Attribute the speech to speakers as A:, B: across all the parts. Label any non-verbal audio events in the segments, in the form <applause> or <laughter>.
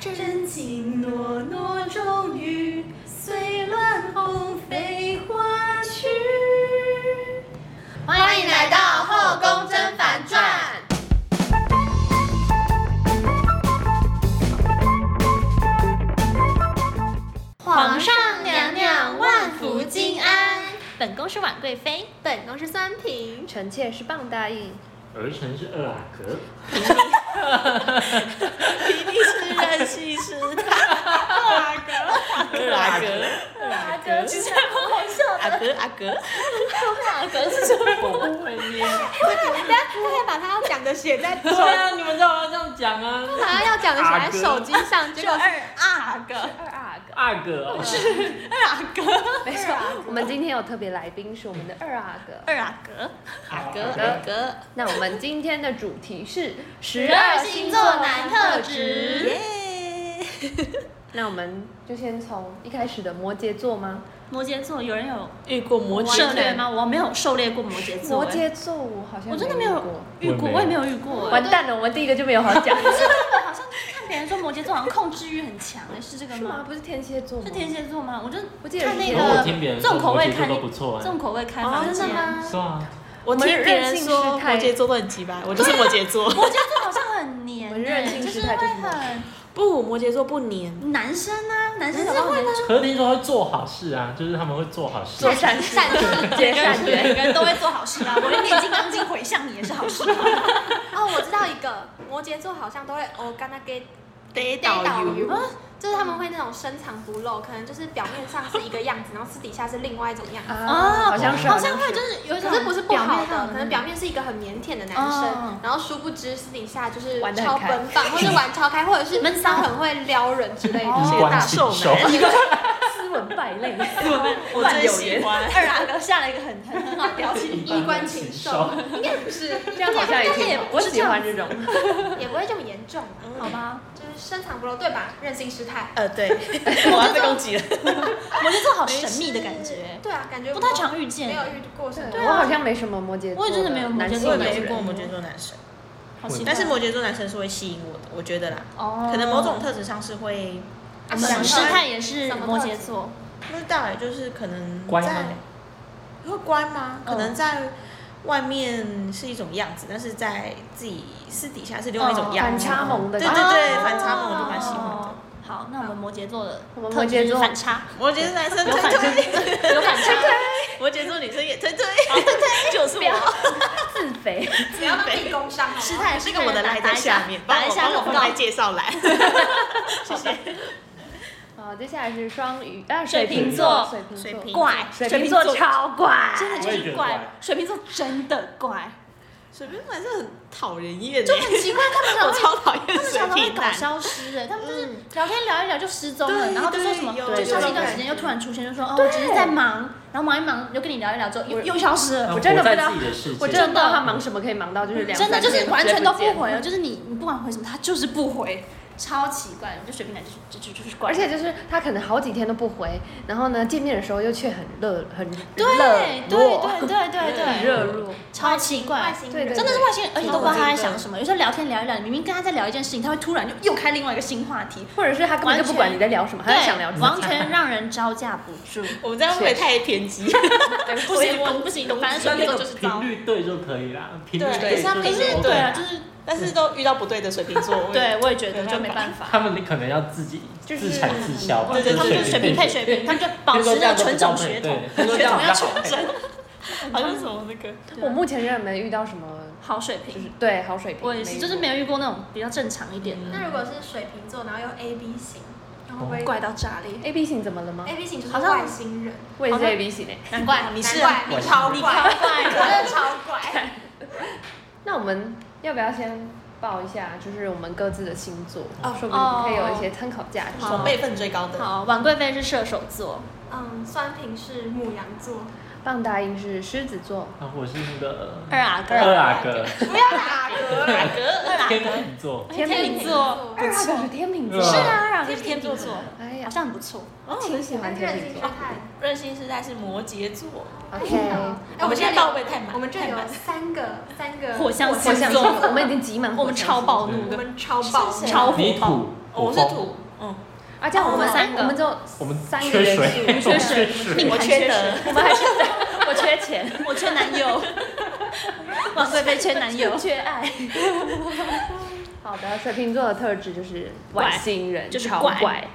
A: 真情诺诺终于随乱红飞花去。
B: 欢迎来到《后宫甄嬛传》。皇上娘娘万福金安，
C: 本宫是婉贵妃，
B: 本宫是酸平。
D: 臣妾是棒答应，
E: 儿臣是二阿哥，
A: 一定是任性师大阿哥，
C: 阿哥，
A: 阿哥，其实还蛮好笑的。
C: 阿哥，阿哥，
A: 阿哥是什么？
C: 我不会念。
B: 大家大家把他要讲的写在 <laughs> 桌
C: 对啊，你们知道我要这样讲啊。
B: 把他要讲的写在手机上，结
A: 就
B: 果 <laughs>
A: 二阿哥，
D: 二阿哥。
E: 阿哥哦，
A: 二阿哥，
D: 没
B: 啊
D: 错，我们今天有特别来宾是我们的二阿哥。
A: 二阿哥，
E: 阿
C: 哥
A: 二哥，
D: <laughs> 那我们今天的主题是十
B: 12星座男特质
A: 耶！
D: 那我们就先从一开始的摩羯座吗？
C: 摩羯座有人有遇过摩
B: 羯
C: 涉猎吗？我没有狩猎过摩羯座。
D: 摩
C: 哎，
D: 羯座我好像
C: 我真的
D: 没
C: 没
D: 遇
C: 有
D: 过
C: 遇过，
E: 我
C: 我
E: 也
C: 也
E: 没
C: 没有遇过。哎
D: 完蛋了，我们第一个就没有好 <laughs> 讲。
C: 好像看别人说摩羯座好像控制欲很强，哎，是这个
D: 是吗？
C: 吗？
D: 不是天蝎座吗？
C: 是天蝎座吗？我就
D: 我记得
C: 看
D: 是
C: 那
D: 天蝎
E: 因为我听
C: 个
E: 别人说
C: 重口
E: 摩
C: 味
E: 羯座
C: 看
E: 都不错哎
C: 重，口味开
D: 哦
C: 房
D: 真的
C: 间。
D: 吗？
E: 是啊，
A: 我听别人说
D: 我
A: 摩
D: 们任性失态
A: 羯座都很鸡掰，我就是摩羯座。
C: 摩羯座好像很黏
D: 我是
C: 哎，
D: 任性
C: 就是
D: 失态
C: 会
D: 就是
C: 很
A: <laughs> 不，摩羯座不黏。
C: 男生啊，男生是会吗？
E: 可是听说会做好事啊，就是他们会做好事
D: 做，善事， <laughs> 接善
C: 每
D: 缘。
C: 个人都会做好事啊，我连念金刚经回向你也是好事啊。
B: 哦，我知道一个摩羯座好像都会哦，干那 get
A: 得
B: 导
A: 导游
B: 游，就是他们会那种深藏不露，可能就是表面上是一个样子，然后私底下是另外一种样子。
D: 啊，好像是，
C: 哦好像会就是有一种，
B: 可是不是不好的，可能表
C: 面
B: 面是一个很腼腆的男
C: 哦
B: 生，然后殊不知私底下就是
D: 玩得很
B: 超
D: 开
C: <laughs>
B: 奔放，或者玩超开，或者是
C: 闷骚
B: 他很会撩人之类的。
C: 哦 <laughs>
E: 关
A: 大
E: 系
A: 受
E: 手
A: 男。
D: 斯文败 <laughs> 类。
C: 我最喜欢二阿哥下了一个很很很好的表情，
D: <laughs>
B: 衣冠禽兽，应该不是，
D: 这样好像也
C: 但是也
D: 挺
C: 不，是
D: 我喜欢这种。
B: 也不会这么严重啊，
C: 好吗？
B: 就是深藏不露，对吧？任性失态，
A: <laughs> 呃，对， <laughs> 我要被攻击了。
C: 摩羯座好神秘的感觉，
B: 对啊，感觉
C: 不太常遇见啊
B: 没，有遇过什么。
D: 我好像没什么摩羯座，
C: 我也真的没有摩羯座
D: 男性
A: <laughs> 我也
D: 友
A: 没遇
D: 人
A: 过摩羯座男生，
C: 好奇怪。
A: 但是摩羯座男生是会吸引我的，我觉得啦，
C: 哦，
A: 可能某种特质上是会，
B: 啊
C: 想
B: 想
C: 试
B: 穿
C: 探也是摩羯座，
A: 不知道哎，就是可能
E: 乖吗
A: 在会乖吗？可能
C: 嗯
A: 在外面是一种样子，但是在自己私底下是另外一种
C: 哦
A: 样
D: 反
A: 子。
D: 差萌的
A: 对
D: 感
A: 对
D: 觉。
A: 对，
C: 哦
A: 反差萌我就蛮喜欢的。。
C: 好，那我们摩羯座的
D: 我们
C: 特
D: 摩羯
C: 质
D: 座
C: 反差，
A: 摩羯座男生
C: 有
A: 推
C: 反差，
A: 推，
C: 有反
D: <laughs>
C: 差，
A: 摩羯座女生也推推，
B: 哦
A: 推推就是我，
D: 自肥，
B: 不要当地工伤好吗
C: 失态
A: 这个我的赖在下面，帮
C: 打一
A: 我
C: 下
A: 帮我
C: 广
A: 放
C: 告
A: 在。介
B: <laughs>
A: 绍栏。谢谢。
D: 好，啊接下来是双鱼，啊，
C: 水
D: 水
C: 瓶
D: 瓶座，
C: 座
D: 水
A: 水
D: 瓶
A: 瓶
D: 座，
C: 怪
D: 水瓶座超怪，
C: 真的就
E: 我也觉
C: 是
E: 得
C: 怪
E: 怪，
C: 水瓶座真的怪，
A: 水瓶男是很讨人厌
C: 就
A: 的，
C: 很奇怪，他们常
A: <laughs> 我
C: 常
A: 超讨
C: 他
A: 厌
C: 们
A: 水
C: 常常会
A: 瓶
C: 搞
A: 男。
C: 消失的，他们就是聊天聊一聊就失踪了，
A: 对
C: 然后就说什么，
A: 对
C: 就消
D: 有
C: 失一
D: 有
C: 段时间，又突然出现，就说哦，我只是在忙，然后忙一忙，又跟你聊一聊之后，又又消失了，
D: 我真的不知道
E: 呃活在自己的世
D: 我
E: 界，
D: 真的不知道他忙什么可以忙到就是两
C: 真的就是完全都不
D: 回。
C: 回了，就是你你不管回什么，他就是不回，超奇怪，就水瓶男就是就就就是怪，
D: 而且就是他可能好几天都不回，然后呢见面的时候又却很热很
C: 对对
D: 热络
C: 对对对
D: 很
C: 对，
D: <laughs> 热络，
C: 超奇
B: 外
C: 怪。
B: 星
D: 对
B: 人
D: 对
C: 真的是外星人，而且都不知道他在
A: 真的
C: 想什么。有时候聊天聊一聊，你明明跟他在聊一件事情，他会突然就又开另外一个新话题，
D: 或者是他根本就不管你在聊什么，他
C: 对
D: 就想聊自己
C: 完全让人招架不住。
A: 我们这样会不会太偏激？
C: 不行，我不行，反正水
E: 但
C: 瓶
E: 那
C: 座
E: 个
C: 就是
E: 频
C: 糟。
E: 率对就可以啦，频率
A: 对
E: 对
A: 可是他
E: 就
A: 频率
E: 是 OK
C: 对啊，就是
A: 但是都遇到不对的水瓶座，我也
C: 对，我也觉得就没办法。
E: 他们可能要自己
D: 就是
E: 自产自销吧，
A: 对对
C: 他们就是是水平配水平，他们就保持那个纯种血统，
E: 血
C: 血统要纯
E: 正。
C: <laughs>
A: 好像什么那个，
D: 我
C: 啊
D: 目前仍然没遇到什么
C: 好水
D: 就是
C: 平。
D: 对好水平，
C: 我也是，就是没有遇过那种比较正常一点的，
B: 那如果是水瓶座，然后又 A B 型，然后会
C: 怪到炸裂。
D: A B 型怎么了吗？
B: A B 型就是
C: 好像
B: 外星人，
D: 我也
C: 哎好
D: 是
C: 像
D: A B 型欸诶。
C: 难怪
A: 你
B: 难
A: 是
B: 怪
E: 外
B: 你
E: 星
B: 超
E: 人
B: 怪，
C: 怪
B: 真的超
C: <laughs>
B: 怪。
D: 那我们要不要先报一下，就是我们各自的星座，
B: 哦
D: 说不定可以有一些参考价值。
C: 好
A: 我辈分最高的，
C: 好，婉贵妃是射手座，
B: 嗯，酸平是母羊座，
D: 棒答应是狮子座，
E: 啊，我是那个
C: 二阿哥，
E: 二阿，哥，
B: 不要打嗝啦。 <laughs>
C: 二阿
E: 天
C: 哥，
E: 秤座，
C: 哎天秤座，
D: 二阿哥是天秤座，
C: 是
E: 是
C: 啊，
E: 啊
C: 二阿哥是天秤座，
D: 哎
C: 好
D: 呀，
C: 哦像很不错。
D: 我挺喜欢天秤座。
A: 任性时代是摩羯座，
C: 哦
D: OK，
B: 哎，我们这里
A: 到位太满，
B: 我们这里
A: 太
B: 有
A: 满
B: 三个三个
C: 火象
D: 我
C: 星
D: 想
C: 座
D: 说，我们已经挤满火象星座，
C: 我们超暴
B: 我
C: 怒，
B: 们超爆，
C: 超火
E: 泥
C: 爆
E: 土，我
A: 我是土，嗯，
D: 啊，这样我们三，
C: 哦
D: 我们就
E: 我们
D: 三个
E: 缺
D: 元素，我
E: 水，<laughs>
D: 们缺
E: 缺
D: 水，
E: 水
C: 命
A: 我
C: 盘
A: 缺
C: 缺
A: 德，
D: 我们还缺，我缺钱，
C: <laughs> 我缺男友，王贵妃缺男友， <laughs> 缺爱，
D: 好的，水瓶座的特质就是
C: 怪
D: 外星人，
C: 就是
D: 超
C: 怪
D: 怪。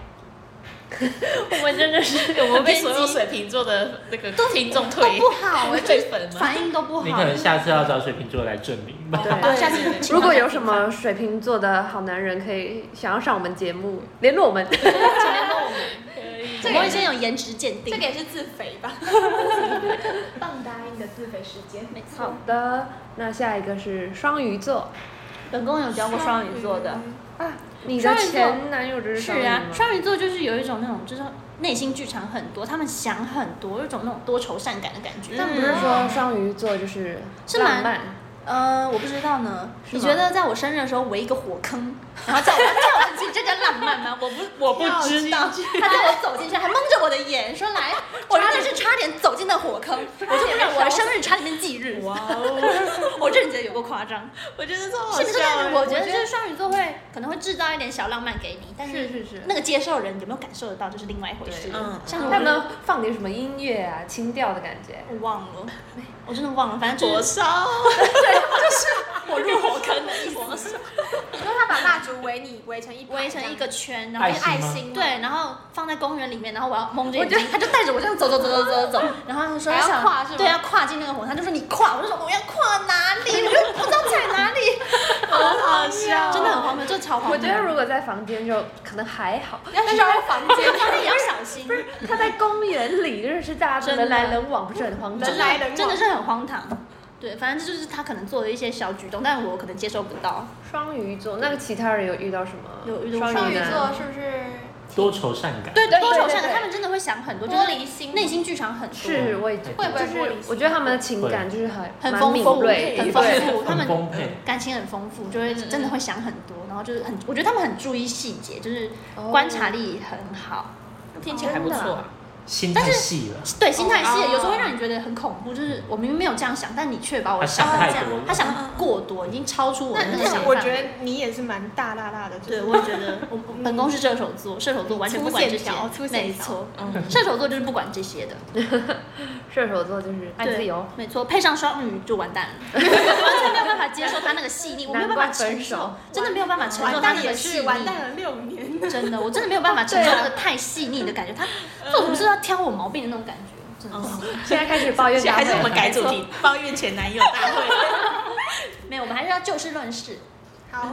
D: 我
C: <laughs>
D: 们真的是，
A: 我们被
C: 偏
A: 所有
C: 激
A: 水瓶座的那个听众
C: 都
A: 推
C: 不好，
A: <laughs> 退粉吗？
C: 反应都不好。
E: 你可能下次要找水瓶座来证明吧。
D: 对
C: 好吧，下次
A: 对
D: <laughs> 如果有什么水瓶座的好男人可以想要上我们节目，联络我们。
C: 请联络我们，
B: 这
C: 我
B: 个
C: 们
B: 也是
C: 先有颜值鉴
B: 这
C: 定
B: 个。也是自肥吧？ <laughs> 棒答应的自肥时间，没
D: 好。的，那下一个是双鱼座
C: 本宫有教过双鱼座的，
D: 啊，你的
C: 双鱼座
D: 前男友就是
C: 是
D: 双鱼
C: 啊
D: 吗，？
C: 双鱼座就是有一种那种就是内心剧场很多，他们想很多，有一种那种多愁善感的感觉。
D: 但不是说双鱼座就是
C: 是蛮
D: 浪漫，
C: 呃，我不知道呢。
D: 是
C: 你
D: 吗
C: 觉得在我生日的时候围一个火坑，然后叫我叫我进去，这叫浪漫吗？我不，我不知道。 <laughs> 他叫我走进去，还蒙着我的眼说来，啊我真的是差点走进那火坑，我就不知道我的生日差点变忌日。
A: 哇哦，
C: <laughs> 我真的觉得有过夸张，
A: 我觉得超好
C: 是不是
A: 笑哎！？
C: 我觉得就是双鱼座会可能会制造一点小浪漫给你，但是
D: 是是是。
C: 那个接受人有没有感受得到，就是另外一回事
A: 对。嗯
C: 像
D: 他
C: 我
D: 们放点什么音乐啊，情调的感觉。
B: 嗯
C: 我忘了，我真的忘了，反正
A: 火
C: 就是
A: 烧，
C: 我入火坑的意思。
B: 你说他把蜡烛围你围成一排
C: 围成一个
B: 这样
C: 圈，然后
E: 爱心吗
C: 对，然后放在公园里面，然后我要蒙着眼睛，他就带着我这样走走走走走走，然后他就说
B: 还要
C: 想
B: 跨是吗
C: 对，要跨进那个火山，他就说你跨， <laughs> 我就说我要跨哪里，我就不知道在哪里，
A: 好好笑，
C: 真的很荒谬，就是超荒
D: <laughs> 我
C: 谬。
D: 觉得如果在房间就可能还好，
B: 要烧房
C: <laughs>
B: 间，
C: 但是也要小心，
D: 他在公园里真的是大家
C: 真的
D: 人来人往，不是很荒
C: 就
D: 唐
C: 是。
B: 人来人往
C: 真的是很荒唐。对，反正这就是他可能做的一些小举动，但我可能接受不到。
D: 双鱼座，那个其他人有遇到什么？
C: 有遇到
B: 双
D: 鱼
B: 鱼
D: 男
B: 座是不是
E: <laughs> 多愁善感。
C: 对
D: 对
C: 多愁
D: 对
C: 善感，
D: 对
C: 他们真的会想很多，就
B: 玻
C: 是
B: 璃心？
C: 内心剧场很多。
D: 是，我也觉
B: 会
D: 得，
B: 不会
D: 就
B: 玻璃心
D: 是我觉得他们的情感就是很
C: 很
D: 蛮
C: 丰
D: 敏
C: 富
D: 锐的，
C: 很丰
D: 对
C: 富，他
E: 很
C: 们
E: 丰沛，
C: 感情很丰富，就会真的会想很多，然后就是很，我觉得他们很注意细节，就是观察力很好，
A: 听起来还不错啊。
C: 嗯
E: 心太细了。
C: 对，心态是
B: 哦
C: 有时候会让你觉觉得很恐怖，就是我明明没有这样想，但你却把我
E: 他
C: 成
E: 想
C: 这
E: 太多
C: 样
E: 了，
C: 他想过多，已经超出我
B: 那
C: 的那个想
B: 那
C: 法。
B: 我觉得你也是蛮大大大的，就
C: 对，
B: 是
C: 我也觉得我我本宫是射手座，射手座完全不管这
B: 粗
C: 些
B: 线条粗，线条
C: 没错，
A: 嗯，
C: 射手座就是不管这些的，哎
D: 射手座就是爱
C: 对
D: 自由，，
C: 没错，配上双鱼就完蛋
B: <laughs>
C: 了，我完全没有办法接受他那个细腻，我没有办法
D: 难怪分
C: 承
D: 手
C: 受，真的没有办法承受
B: 完
C: 他
B: 蛋
C: 那
B: 也
C: 个细
B: 是
C: 腻，
B: 完蛋了六年，
C: 真的，我真的没有办法承受那个太细腻的感觉，他
B: 啊
C: 做什么事都要挑我毛病的那种感觉，真的
B: 哦
C: 是。
D: 现在开始
C: <laughs>
D: 抱怨
A: 而且
D: 大
A: 还是我
D: 会
A: 们
D: 了
A: 改主题，抱怨前男友大 <laughs> 会。
C: 没有，我们还是要就事论事。
B: 好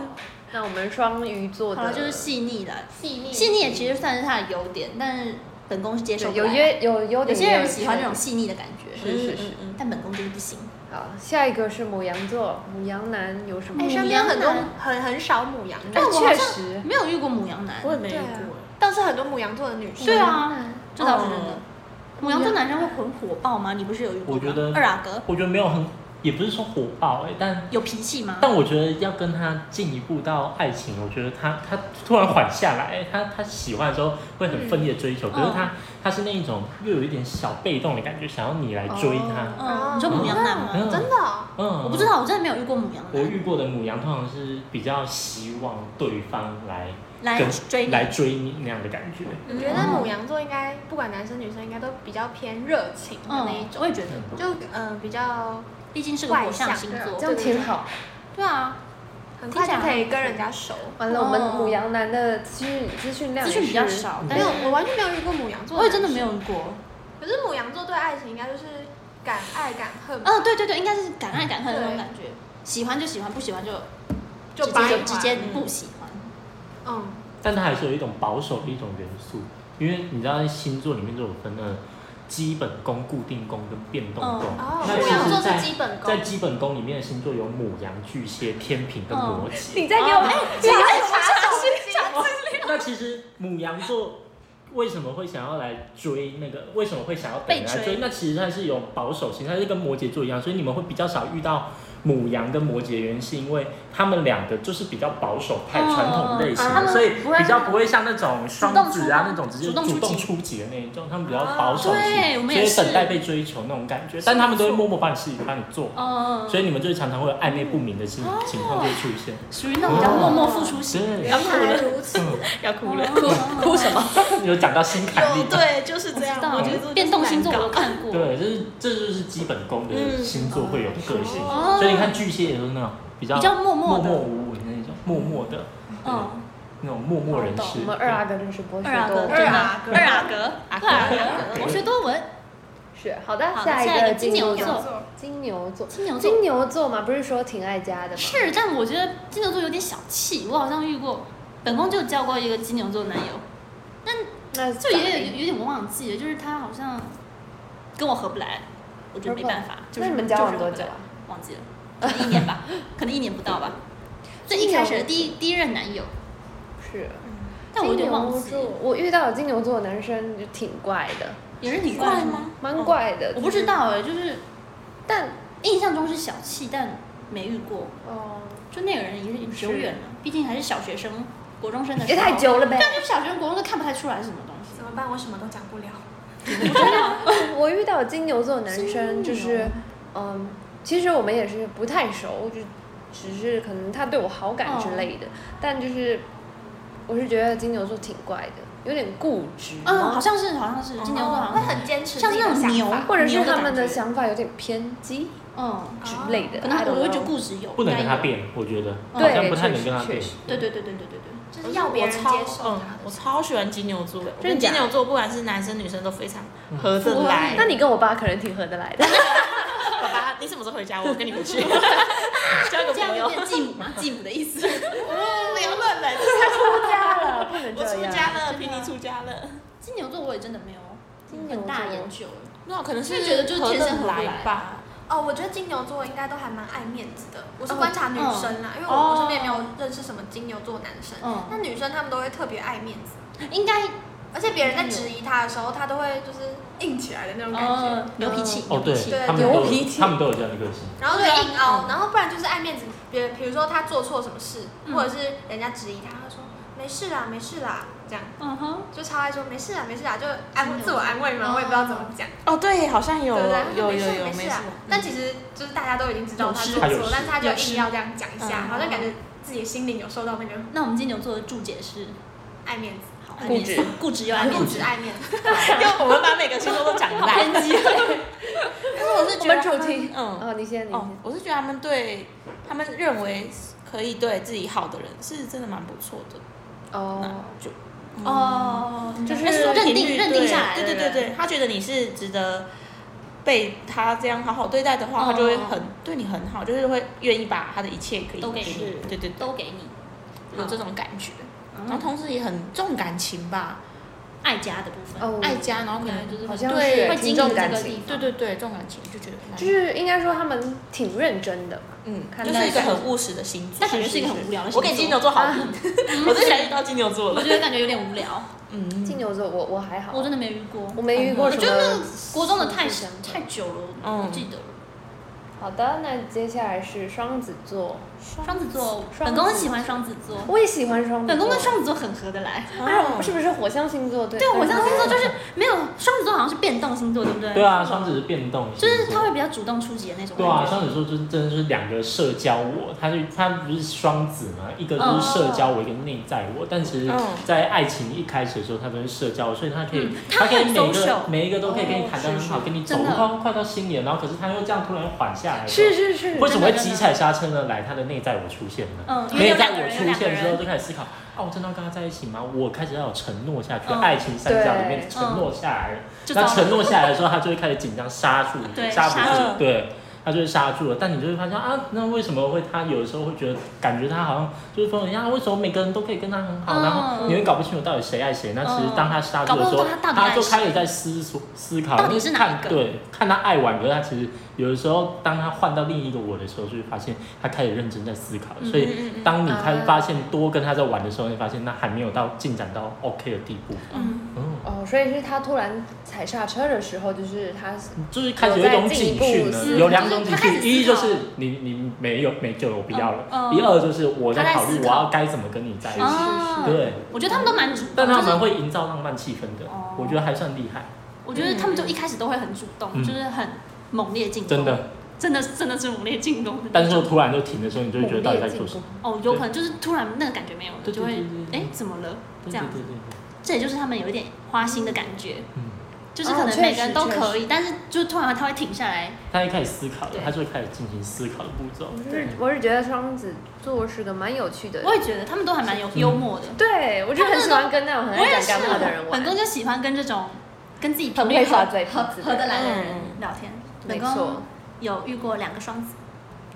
D: 那我们双鱼座
C: 好了，
D: 的
C: 就是细腻的，
B: 细腻
C: 细腻也其实算是他的优点，但是本宫是接受
D: 对
C: 不
D: 有
C: 来的。
D: 些有优
C: 有
D: 点，
C: 些
D: 也
C: 人
D: 有
C: 喜欢
D: 缺
C: 这种
D: 点。
C: 细腻的感觉，
D: 是是是
C: 嗯但本宫就是不行。
D: 好，下一个是母羊座，母羊男有什么
B: 哎，？身边很多很很少母羊的，
D: 哎
C: 但我好
D: 确
C: 像
D: 实，
C: 没有遇过母羊男，
A: 我也没遇
B: 对啊
A: 过，
B: 但是很多母羊座的女生，
C: 对，啊，这倒是真
A: 哦
C: 的。母羊座男生会很火爆吗？你不是有遇过吗？
E: 我觉得
C: 二阿哥
E: 我觉得没有很，也不是说火爆哎、但
C: 有脾气吗？
E: 但我觉得要跟他进一步到爱情，我觉得他他突然缓下来，欸他他喜欢的时候会很奋力的追求，可是
C: 嗯
E: 他、他是那一种又有一点小被动的感觉，想要你来追他。
C: 嗯，你说母羊男吗？
E: 嗯
B: 真的哦
E: 嗯，
C: 我不知。道，我真的没有遇过母羊
E: 我
C: 男
E: 遇过的母羊通常是比较希望对方来
C: 来
E: 跟
C: 追你
E: 来。追你那样的感觉。
C: 嗯
B: 我觉得母羊座应该不管男生女生，应该都比较偏热情的那一
C: 嗯
B: 种，，
C: 我也觉得，
B: 就嗯比较
C: 毕竟是个火象星
B: 外向
C: 座
D: 这。样挺好。
C: 对啊，
B: 很快就可以跟人家熟。
D: 完了，我们
C: 哦
D: 母羊男的资讯资讯量
C: 资
D: 也
C: 讯比较
D: 是
C: 少，
B: 没
C: 但是
B: 有，我完全没有遇过母羊座，
C: 我也真的没有。遇过。
B: 可是母羊座对爱情应该就是敢爱敢恨吧，
C: 嗯，对对对，应该是敢爱敢恨的那种感觉，喜欢就喜欢，不喜欢就
B: 就
C: 直
B: 掰
C: 接
B: 了
C: 就直接不喜欢。
B: 嗯，
E: 但它还是有一种保守的一种元素，因为你知道星座里面就有分了基本宫、固定宫跟变动宫。
C: 嗯
B: 哦
E: 那
B: 母
E: 其
B: 羊
E: 实
B: 座
E: 在
B: 是基本
E: 在
B: 功，
E: 基本宫里面的星座有母羊、巨蟹、天平
B: 嗯
E: 跟摩羯。
D: 你再
C: 哦
D: 给我
C: 哎
D: 们，
B: <laughs>
D: 你再
C: <laughs>
E: <laughs> 那其实母羊座为什么会想要来追那个？为什么会想要等人来
C: 被
E: 追？
C: 追
E: 那其实它是有保守型，它是跟摩羯座一样，所以你们会比较少遇到母羊跟摩羯，原因是因为他们两个就是比较保守派、
C: 嗯
E: 传统类型
C: 他
E: 的，
C: 们
E: 所以
C: 不会
E: 比较不会像那种双子啊
C: 主动出
E: 那种直接
C: 主动出
E: 主
C: 击哦
E: 动出击的那一种，他们比较保守
C: 对我
E: 型，
C: 们
E: 所
C: 也
E: 以
C: 是
E: 等待被追求那种感觉，但他们都会默默帮你事情帮你做。
C: 嗯，
E: 所以你们就常常会有暧
C: 哦
E: 昧不明的情情况就会出现，
C: 属于那种比较默默付出型。
E: <laughs> 对，
B: 原来如此，
E: 嗯
A: 要哭了。
C: <laughs> 哭什么？
E: 有讲到心坎里
A: 有，。对，就是这样。哦我觉得这就是
C: 变动星座我
A: 难
C: 都
A: 搞
C: 看过。
E: 对，就是这就是基本功的
A: 嗯
E: 星座会有的个性，
C: 哦
E: 所以你看巨蟹也是那种比较
C: 比较默默
E: 默
C: 的
E: 默无闻的那种，默默的，对
C: 嗯，
E: 那种默默人士。
D: 哦我们二阿啊哥真是博学
C: 二阿哥
D: 多
C: 真的
D: 闻。
A: 啊二阿哥，阿
C: 克尔格博学多闻。
D: 是好的，
C: 好
D: 下
C: 下一
D: 一
C: 个
D: 个
C: 金
D: 金
C: 牛
D: 牛
C: 座
D: 座，金牛座，
C: 金牛座
D: 金牛座嘛，不是说挺爱家的吗？
C: 是，但我觉得金牛座有点小气，我好像遇过，本宫就交过一个金牛座男友，
D: 那
C: 就也有有有点我忘记了，就是他好像跟我合不来，我觉得没办法。就
D: 那
C: 是
D: 你们交往
C: 就是合
D: 多
C: 不
D: 久
C: 来
D: 啊？
C: 忘记了，可能一年
D: <laughs>
C: 吧，可能一年不到吧。最一开始的第一第一任男友，
D: 是，
C: 但我有
D: 金
C: 点忘
D: 牛
C: 记了，
D: 座，我遇到的金牛座男生就挺怪的，
C: 也是挺
A: 怪
C: 的
A: 吗？
D: 蛮怪的。
C: 哦我不知，道哎，就是
D: 但
C: 印象中是小气，但没遇过。
D: 哦，
C: 就那个人也是久远了，毕竟还是小学生、国中生的时
D: 也
C: 候。
D: 太久了呗。
C: 但是小学生、国中生看不太出来是什么东西。
B: 怎么办？我什么都讲不了。
D: <laughs> 我遇到金牛座的男生就是，嗯，其实我们也是不太熟，就只是可能他对我好感之类
C: 哦
D: 的，但就是我是觉得金牛座挺怪的，有点固执，
C: 嗯，好像是，好像是金牛座，好
B: 哦会
D: <laughs>
C: 像
B: 很坚持，
C: 像是那种牛，
D: 或者是
C: 牛
D: 他们
C: 感
D: 的
C: 觉，
D: 想法有点偏激
C: 嗯，
D: 之类
B: 哦
D: 的。
C: 可能
D: 哎 I
C: 我
D: don't
C: 我会觉
D: know
C: 得固执有，
E: 不能跟他
C: 应该有。
E: 变，我觉得好
D: 对
E: 像不太能
D: 确实
E: 跟他变
D: 确实。
C: 对对对对对对对，
B: 就是要别人接受
A: 嗯
B: 他，
A: 我超喜欢金牛座的，我
D: 真
A: 跟
D: 的假
A: 金
D: 的
A: 牛座不管是男生女生都非常合得
D: 那
A: 来。
D: 你跟我爸可能挺合
C: <laughs>
D: 得来的，
A: 爸爸，啊你什么时候回家？我跟你回 <laughs> 去，交个
C: 这样就
A: 朋友。
C: 变继母吗？继母的意思。
A: 不要乱来，
D: 出家了不能
A: 我
D: 这
A: 出
D: 样。
A: 家 <laughs> 了，凭你出家了。
C: 金牛座我也真的没有
D: 金牛
C: 很
D: 座
C: 大研究，
A: 那可能
C: 是觉得就是天生合
A: 合
C: 不
A: 得
C: 来
A: 吧。
B: 哦，我觉得金牛座应该都还蛮爱面子的。我是
C: 嗯
B: 观察女生啦，因为我
C: 哦
B: 我身边也没有认识什么金牛座男生
C: 嗯，
B: 那女生她们都会特别爱面子，
C: 应该
B: 而且别人在质疑她的时候，她都会就是硬起来的那种感觉，
C: 呃牛脾气，牛
E: 哦，对
C: 脾气。，
E: 他们都
D: 牛脾
E: 有，
D: 气
E: 他们都有这样的个性。
B: 然后就
C: 对啊
B: 硬凹，然后不然就是爱面子。别人比如说她做错什么事，或者是人家质疑她，她说没事啦，没事啦，这样
C: 嗯哼，
B: 就超爱说没事啦，没事啦，就安自我安慰嘛，我也不知道怎么讲。
A: 哦，对，好像有
B: 对不对？
A: 有有
B: 没事
A: 有，
B: 没
A: 没
B: 事啊。但其实就是大家都已经知道他做
E: 他有
B: 错
E: 事，
B: 但是他就
A: 有事
B: 硬要这样讲一下，
C: 嗯
B: 好像感觉自己心灵有受到那个
C: 那我们金牛座的注解是
B: 爱面子，好
C: 爱面子
D: 固执
C: 固执又爱面
B: 固
C: 子
B: 执。爱面子。
A: <laughs> 因为我们把每个星座都讲烂。
C: <laughs> 偏激，呃
A: 我是
D: 我们主题，
A: 嗯，
D: <laughs> 哦，你先，你
A: 哦
D: 先，，
A: 我是觉得他们对他们认为可以对自己好的人是真的蛮不错的。
D: 哦，
A: 就
C: 哦，
D: 就是
C: 那说认
A: 频率
C: 定认定
A: 对
C: 下来了，
A: 对对对对，他觉得你是值得被他这样好好对待的
C: 哦
A: 话，他就会很对你很好，就是会愿意把他的一切可以
C: 都给
A: 你
C: 你嗯
A: 对对对，
C: 都给你，
A: 有这种感觉。
C: 嗯
A: 然后同时也很重感情吧，
C: 爱家的部分，
D: 哦
A: 爱家，然后可
C: 嗯
A: 能就是
D: 好
A: 很
D: 像
A: 对
D: 是
C: 会
D: 挺
C: 经
D: 重
C: 营这
D: 感
C: 个
D: 情
C: 地，
A: 对
C: 方，
A: 对对，重感情就觉得蛮
D: 就是应该说他们挺认真的嘛。
A: 嗯，
D: 看
A: 就是一个很务实的星座
C: 但。感觉是一个很无聊的星座。
A: 我给金牛
C: <laughs>
A: 座好评，我最喜欢遇到金牛座
C: 我
A: 了。
C: 觉得感觉有点无聊，
A: 嗯，
D: 金牛座我我还好，
C: 我真的没遇过。
D: 我没遇过
C: 我
D: 什
C: 觉得那
D: 么
C: 个。国中的太
D: 是这
C: 太久了，
A: 嗯
C: 我不记得了。
D: 好的，那接下来是双子座，
C: 双子座，
D: 双子
C: 本宫很喜欢双子座，
D: 我也喜欢双子座。
C: 本宫跟双子座很合得来。
D: 啊，是不是火象星座？对，
C: 对，火象星座就是没有双子座好像是变动星座，对不对？
E: 对啊，双子是变动星座，
C: 就是他会比较主动出击的那种。
E: 对啊，，双子座就是真的是两个社交我，他就他不是双子嘛，一个就是
C: 嗯
E: 社交我，一个内在我。但其实
A: 嗯，
E: 在爱情一开始的时候，他都是社交我，所以他可以
C: 嗯，
E: 他
C: 他
E: 可以
C: 很
E: 每一
C: social 哦
E: 个每一个都可以跟你谈得很好，
D: 是
E: 跟你走
C: 真的
E: 快快到新年，然后可是他又这样突然缓下来，
D: 是是是，
E: 为什么会
C: 真的
E: 急踩刹车呢？来，他的内在我出现了
C: 嗯，因为
E: 内
C: 有
E: 在
C: 两个
E: 我
C: 人
E: 出现之
C: 有两个
E: 后
C: 人
E: 就开始思考，啊，我真的要跟他在一起吗？我开始要有承诺下去，
C: 嗯
E: 爱情三角里
D: 对
E: 面承诺下来了。
C: 就糟
E: 那
C: 了
E: 承诺下来的时候，他就会开始紧张，刹住你，
C: <laughs> 对
E: 刹不
C: 刹
E: 住，对，他就会刹住了。但你就会发现啊，那为什么会他有的时候会觉得感觉他好像就是说，人家啊为什么每个人都可以跟他很好，
C: 嗯
E: 然后你会搞不清楚到底谁爱谁。那其实
C: 嗯
E: 当他刹住的时
C: 搞
E: 候
C: 不懂他到，底爱谁
E: 他就开始在思索思考，
C: 到底是哪一个
E: 看对，看他爱玩，可是他其实有的时候，当他换到另一个我的时候，就会发现他开始认真在思考。所以，
A: 嗯
C: 嗯
E: 当你开始发现多跟他在玩的时候，你会发现那还没有到进展到 OK 的地步。
C: 嗯，
E: 嗯，
D: 哦，所以是他突然踩刹车的时候，就是他
E: 就是开始有一种警讯
D: 有在进一步
E: 了，
D: 思
E: 有两种警
C: 嗯就是他开始，
E: 讯
C: 思考
E: 一就是你你没有没救了，我不要
C: 嗯
E: 了；
C: 嗯
E: 一二就是我
C: 他
E: 在
C: 在
E: 考虑
C: 思
E: 我
C: 考
E: 要该怎么跟你在一起。
C: 啊，
E: 对，
C: 我觉得他们都蛮主动，
E: 但他
C: 就是
E: 们会营造浪漫气氛的
C: 哦，
E: 我觉得还算厉害，
C: 我觉得他们就一开始都会很主动，
E: 嗯
C: 就是很猛烈进攻，
E: 真的。
C: 真的真的是猛烈进攻的那
E: 但是
C: 种。
E: 突然就停的时候，你就会觉得到底在做什么？
C: 哦，有可能就是突然那个感觉没有了，
E: 对对
C: 就会
E: 对对对
C: 哎怎么了？这
E: 对对
C: 样
E: 对，对对，
C: 这也就是他们有一点花心的感觉，
E: 嗯，
C: 就是可
D: 哦
C: 能
D: 确
C: 每个人
D: 实
C: 都
D: 确
C: 可以，但是就突然他会停下来，
E: 他一开始思考了
C: 对，嗯
E: 他就会开始进行思考的步骤。
D: 我是我是觉得双子座是个蛮有趣的，
C: 我也觉得他们都还蛮有幽默的。
D: 对我就很喜欢跟那种很
C: 我也
D: 爱
C: 是
D: 讲干话的人
C: 本
D: 玩，
C: 宫就喜欢跟这种跟自己
D: 很
C: 频率
D: 会
C: 合
D: 耍嘴皮
C: 合
D: 子
C: 合得
D: 的。
C: 来的人
A: 嗯
C: 聊天。本
D: 没错
C: 宫，有遇过两个双子，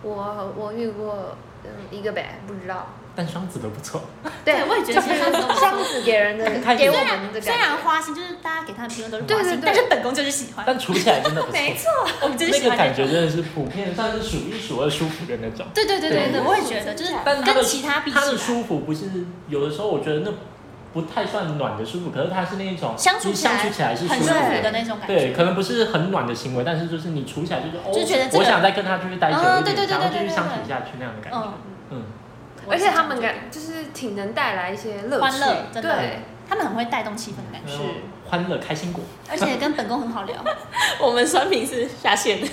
D: 我我遇过嗯一个呗，不知道。
E: 但双子都不错，
C: 对我也觉得其实双子都不错
D: 双子给人的
E: 很开
D: 给
E: 心
D: 我们的
C: 虽
D: 感
C: 然
D: 觉，
C: 花心就是大家给他的评论都是
D: 对
C: 花
D: 对
C: 心，
D: 对
C: 但是本宫就是喜欢，
E: 但处起来真的不错。
C: <laughs> 没错，我们就是
E: 那
C: 喜
E: 个
C: 欢
E: 感
C: 这
E: 觉
C: 种。
E: 真的是普遍算是数一数二舒服的那种。
C: 对对对对
E: 对
C: 对，我也觉得就是
E: 但他的
C: 跟其他比起
E: 他的
C: 来，
E: 舒服不是有的时候，我觉得那不太算暖的舒服，可是他是那一种
C: 相处
E: 你
C: 起
E: 相
C: 来
E: 处起来是舒
C: 很舒
E: 服
C: 服
E: 的。
C: 的那种感
E: 对，
C: 觉。
E: 可能不是很暖的行为，但是就是你处起来就是哦，
C: 就觉得这个
E: 我想再跟他继续待久一点，
C: 嗯对对对
E: 想要继
C: 对
E: 续
C: 对
E: 相
C: 对
E: 处下去那样的感觉。
C: 嗯，
E: 嗯，
C: 我
D: 而
C: 也是
D: 且
C: 这样
D: 他们
C: 觉得
D: 感就是挺能带来一些乐趣，
C: 欢乐真的
D: 对，
C: 他们很会带动气氛的感觉，
E: 是嗯欢乐开心果。
C: 而且跟本宫很好
E: <laughs>
C: 聊。
A: 我们酸平是下 <laughs> 线的，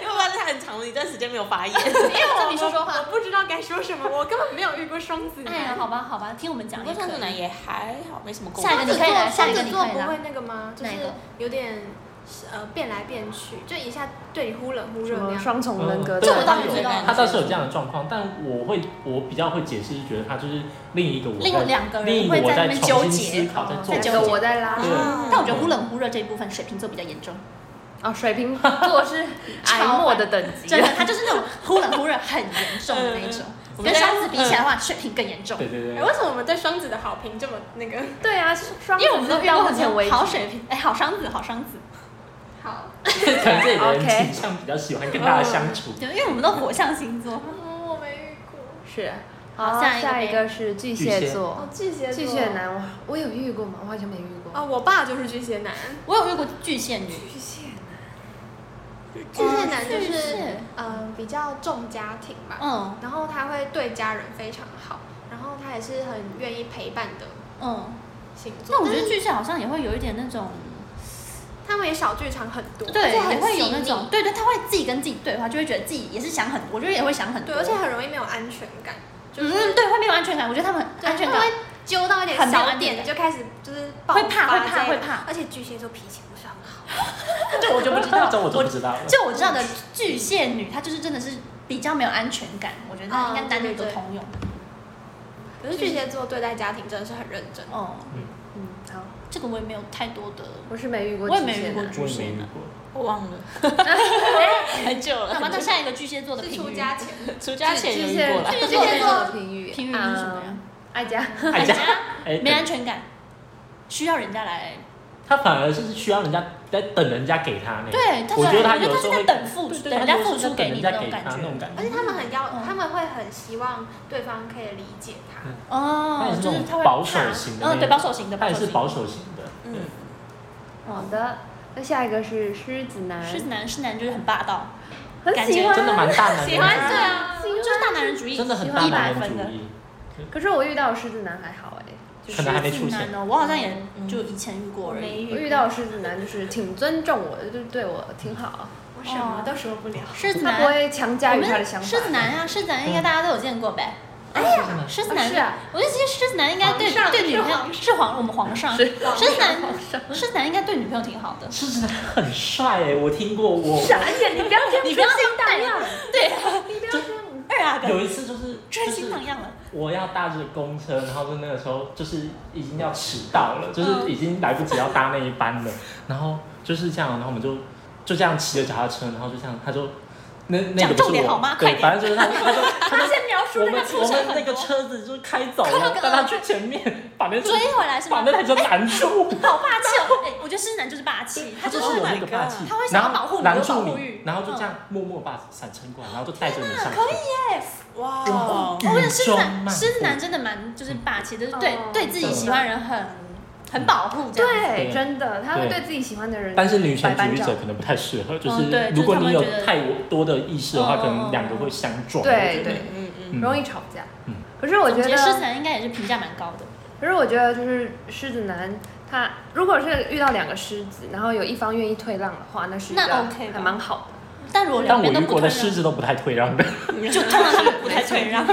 A: 因为发现他很长一段时间没有发言。
C: 哎，这你说说话。
B: 不知道该说什么，我根本没有遇过双子男。
C: 哎呀，好吧好吧，听我们讲
A: 不
C: 也
A: 过
C: 可
A: 双子
C: 以。
A: 男也还好，没什么共
C: 下一
A: 鸣。
C: 个
B: 双
C: 你
B: 子
C: 可以来，
B: 座，
C: 下一个
B: 双子
C: 你
B: 座
C: 可以
B: 不会
C: 来。
B: 那个吗？就是
C: 哪一个
B: 有点呃变来变去，就一下对你忽冷忽
D: 什
B: 热那
D: 么
B: 样。
D: 双重人格，
E: 嗯对
C: 这我
E: 他
C: 倒是
E: 有
C: 知道
E: 他倒是有这样的状况，但我会我比较会解释，是觉得他就是另一个我在
C: 另两个人
E: 另一个
C: 会
E: 我
C: 在那
E: 在
C: 边
E: 重
C: 纠
E: 新
C: 结
E: 思考，在做
D: 两
C: 纠
D: 个
C: 结
D: 我在拉
E: 对
A: 啊
C: 但我觉得忽冷忽热这一部分，水瓶座比较严重，
D: 哦，水瓶座是
C: <laughs>
D: 哀莫的等级，
C: 真的，他就是那种忽冷忽热很严重的那一种。
A: 嗯
C: 跟双子比起来的话，水瓶更严重，
E: 对对对
C: <laughs>
B: 哎，为什么我们对双子的好评这么那个？
D: 对啊，双
C: 因为我们都遇到
D: 目
C: 很
D: 前
C: 多
D: 为止
C: 好水瓶，哎，好双子，好双子。
B: 好，
E: 对，可能
C: <laughs>
E: 这里的人
D: OK
E: 倾向比较喜欢跟大家相处。
C: 对，因为我们都火象星 <laughs> 座，
B: 嗯，我没遇过。
D: 是。
C: 好
D: 好，
C: 下一个
D: 下一
C: 呗
D: 个是巨
E: 巨
D: 蟹
E: 蟹
D: 座
B: 哦，，巨蟹座
D: 巨蟹男，我我有遇过吗？我好像没遇过。
B: 哦，我爸就是巨蟹男。
C: 我有遇过巨蟹女，
D: 巨蟹
B: 巨蟹男就
C: 巨
B: 是
C: 蟹
B: 呃比较重家庭吧，
C: 嗯
B: 然后他会对家人非常好，然后他也是很愿意陪伴的
C: 嗯。
B: 星座。
C: 但我觉
B: 但
C: 得
B: 是
C: 巨蟹好像也会有一点那种，
B: 他们也小剧场很多，而
C: 对，
B: 且
C: 也
B: 很
C: 会有
B: 细
C: 那
B: 腻
C: 种，对对，他会自己跟自己对话，就会觉得自己也是想很，我觉得也会想很多，
B: 对，而且很容易没有安全感，就是
C: 嗯，对，会没有安全感，我觉得他们
B: 对
C: 安全
B: 他
C: 感
B: 们会揪到一点
C: 很没有
B: 小
C: 安全
B: 点
C: 感
B: 就开始就是爆
C: 会怕
B: 发
C: 会怕
B: 这样
C: 会怕
B: 而且巨蟹座脾气不是很好，
C: <laughs> 这我就不知道，
E: <laughs> 这我就
C: 我
E: 不知道了。
C: 就我知道的巨蟹女，她就是真的是比较没有安全感，我觉得
B: 嗯
C: 应该男女都通用。
B: 可是巨蟹座对待家庭真的是很认真。
C: 哦，
D: 嗯，好，
C: 这个我也没有太多的，
D: 我是没遇过
C: 我
D: 巨
C: 也没
D: 蟹
C: 遇过
D: 男，
C: 巨
E: 我也
C: 蟹
E: 没遇
C: 男。
E: 过。
A: 我忘了，
C: <laughs>
A: 很久了。
C: 好吧，那下一个巨蟹座的
B: 是
C: 评
B: 出
C: 语，
B: 家前，
A: 暑假前有
D: 巨
A: 遇
D: 蟹 <laughs>
A: 过了，
C: 哎巨
D: 巨
C: 蟹
D: 蟹
C: 座
D: 座
C: 的
D: 的评语，
C: 评语是什么呀
D: 嗯？？爱家，
E: 哎
C: 家
E: 呀，哎，
C: 没安全感，需要人家来，
E: 他反而就是需要人家在等人家给他那个。
C: 对，他
E: 我觉得他
C: 他
E: 有时候
C: 是在
E: 会
C: 等付出，
E: 对，
C: 等人家付
E: 他有时候
C: 出
E: 在等
C: 给你
E: 人
C: 的
E: 家
C: 那种
E: 给
C: 感
E: 他那种
C: 觉。
E: 感
B: 而
E: 觉。
B: 且他们很要，
C: 嗯
B: 他们会很希望对方可以理解他。
E: 他
C: 哦，
E: 也是
C: 就是
E: 那种
C: 他会
E: 保守型的
C: 怕
E: 那
C: 嗯，对，
E: 种
C: 保守型的，
E: 他也是
C: 保
E: 保守型的。
A: 嗯
E: 对
D: 好的，那下一个是狮子男，
C: 守型。狮子男，狮子男就是很霸道，
D: 很
C: 感
D: 喜
C: 觉
D: 欢，
E: 真的蛮大男人的，
C: 喜欢对啊，
D: 喜
C: 就
D: 欢
C: 是大男人主义，
E: 真的很
C: 喜
E: 大
C: 欢
E: 男
C: 100分
E: 人
C: 的
E: 主。义，
D: 可是我遇到的狮子男还好哎，
E: 可能还没出
C: 狮子
E: 现
C: 男。呢，哦我好像也就以前嗯遇过而已。
D: 我遇到的狮子男就是挺尊重我的，就对我挺好，
B: 我什么都说不了。
C: 狮子
D: 哦他不
C: 男，
D: 会强
C: 我
D: 加于他的
C: 们
D: 想法。
C: 狮子男啊，狮子男应
E: 嗯
C: 该大家都有见过呗。
E: 哎呀，
C: 狮子
D: 啊
C: 男
D: 是啊，
C: 我觉得其实狮子男应该对
B: 皇上
C: 对女朋
B: 是
C: 友是皇我们皇上，狮
D: 是
C: 子男狮子男应该对女朋友挺好的。
E: 狮子男很帅哎，我听过我
C: 啊
D: 傻眼，你不要这样，
C: 你不要这样
D: 大样，
C: <laughs> 对，啊
D: 你不要这样。
C: 二阿哥
E: 有一次就是
C: 专
E: 就
C: 心
E: 是
C: 荡漾了。
E: 我要搭着公车，然后就那个时候就是已经要迟到了，
C: 嗯
E: 就是已经来不及要搭那一班了，然后就是这样，然后我们就就这样骑着脚踏车，然后就这样他就。那那个
C: 讲
E: 不
C: 重
E: 是
C: 点
E: 我，
C: 好吗快
E: 对，
C: 点
E: 反正就是他，他
C: <laughs> 他
E: 就
C: 先描述
E: 我
C: 那
E: 们
C: 个出
E: 我
C: 程
E: 们
C: 很
E: 那个
C: 多，
E: 车子就开走
C: 他那
E: 了
C: 个，
E: 带他去前面，把那车
C: 追回来是吗
E: 把那？台车拦住， <laughs>
C: 好霸气哦！哎，我觉得狮子男就是霸气，他就
E: 就是是有那个
A: Oh my
E: 霸气
C: God，他会，想要
E: 然
C: 保护
E: 后
C: 你
E: 拦
C: 有保
E: 住
C: 护
E: 你
C: 欲，哦
E: 然后就这样默默把伞撑过来，然后就带着你上车
C: 可，以耶！
A: 哇
E: 哦
A: 哦，
C: 我觉得狮子
E: 雨中
C: 男，
E: 漫
C: 狮子
E: 步
C: 男真的蛮就是霸气，就是对
E: 嗯
D: 哦
C: 对自己喜欢的人很很保护这样子。
E: 对
D: 对，真的，他会对
E: 对
D: 自己喜欢的人，
E: 但是女
D: 百
E: 权主
D: 般
E: 义者
D: 照
E: 可能不太适合，就
C: 嗯对
E: 是如果你有
C: 就是他们会觉得
E: 太多的意识的话，
C: 嗯
E: 可能两个会相撞。
D: 对
E: 我觉得
D: 对，
A: 嗯嗯，
E: 嗯
D: 容易吵架
E: 嗯。
D: 可是我觉
C: 总结狮子
D: 得，
C: 男应该也是评价蛮高的。
D: 可是我觉得就是狮子男，他如果是遇到两个狮子，然后有一方愿意退让的话，那是一
C: 那
D: 个
C: OK 吧
D: 还蛮好的。
A: 但如果
E: 但
A: 两
E: 我
A: 边都
E: 遇
A: 不
E: 过的
C: 啊
A: 退
E: 狮子哎都不太退让的，
A: 让，嗯就通常他们不
E: <laughs>
A: 太退让，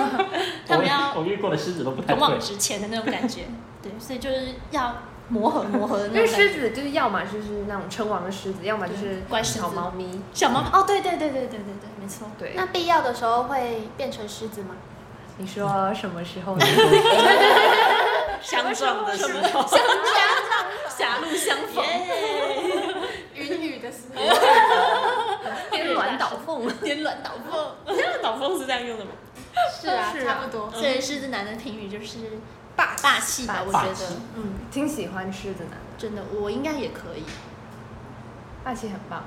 A: 他们要
E: 我我遇过的狮子都不太
C: 勇往
E: 退。
C: 直前的那种感
E: 哎
C: 觉。对，所以就是要磨合磨合的
D: 因
C: 那
D: 为
C: 种感觉。
D: 狮子就是要么就是那种称王的狮子，要么就是
C: 乖狮子
D: 小猫咪。
C: 小猫哦，对对对对对对对，没错。
D: 对，
B: 那必要的时候会变成狮子吗？
D: 你说什么时
C: <laughs>
D: 候呢？
A: 相撞的时候， <laughs>
C: 狭路相逢，
B: 云雨的狮子，
D: 颠鸾倒凤，
C: 颠鸾倒凤。
A: 导风是这样用 <laughs> 的吗？
B: <laughs> 是啊，
D: 是啊
B: 差不多。
E: 嗯
C: 所以狮子男的评语就是霸霸气吧，我
E: 霸
C: 觉
E: 气
C: 得，嗯，
D: 挺喜欢狮子男的，
C: 真的，我应该也可以。
D: 霸气很棒，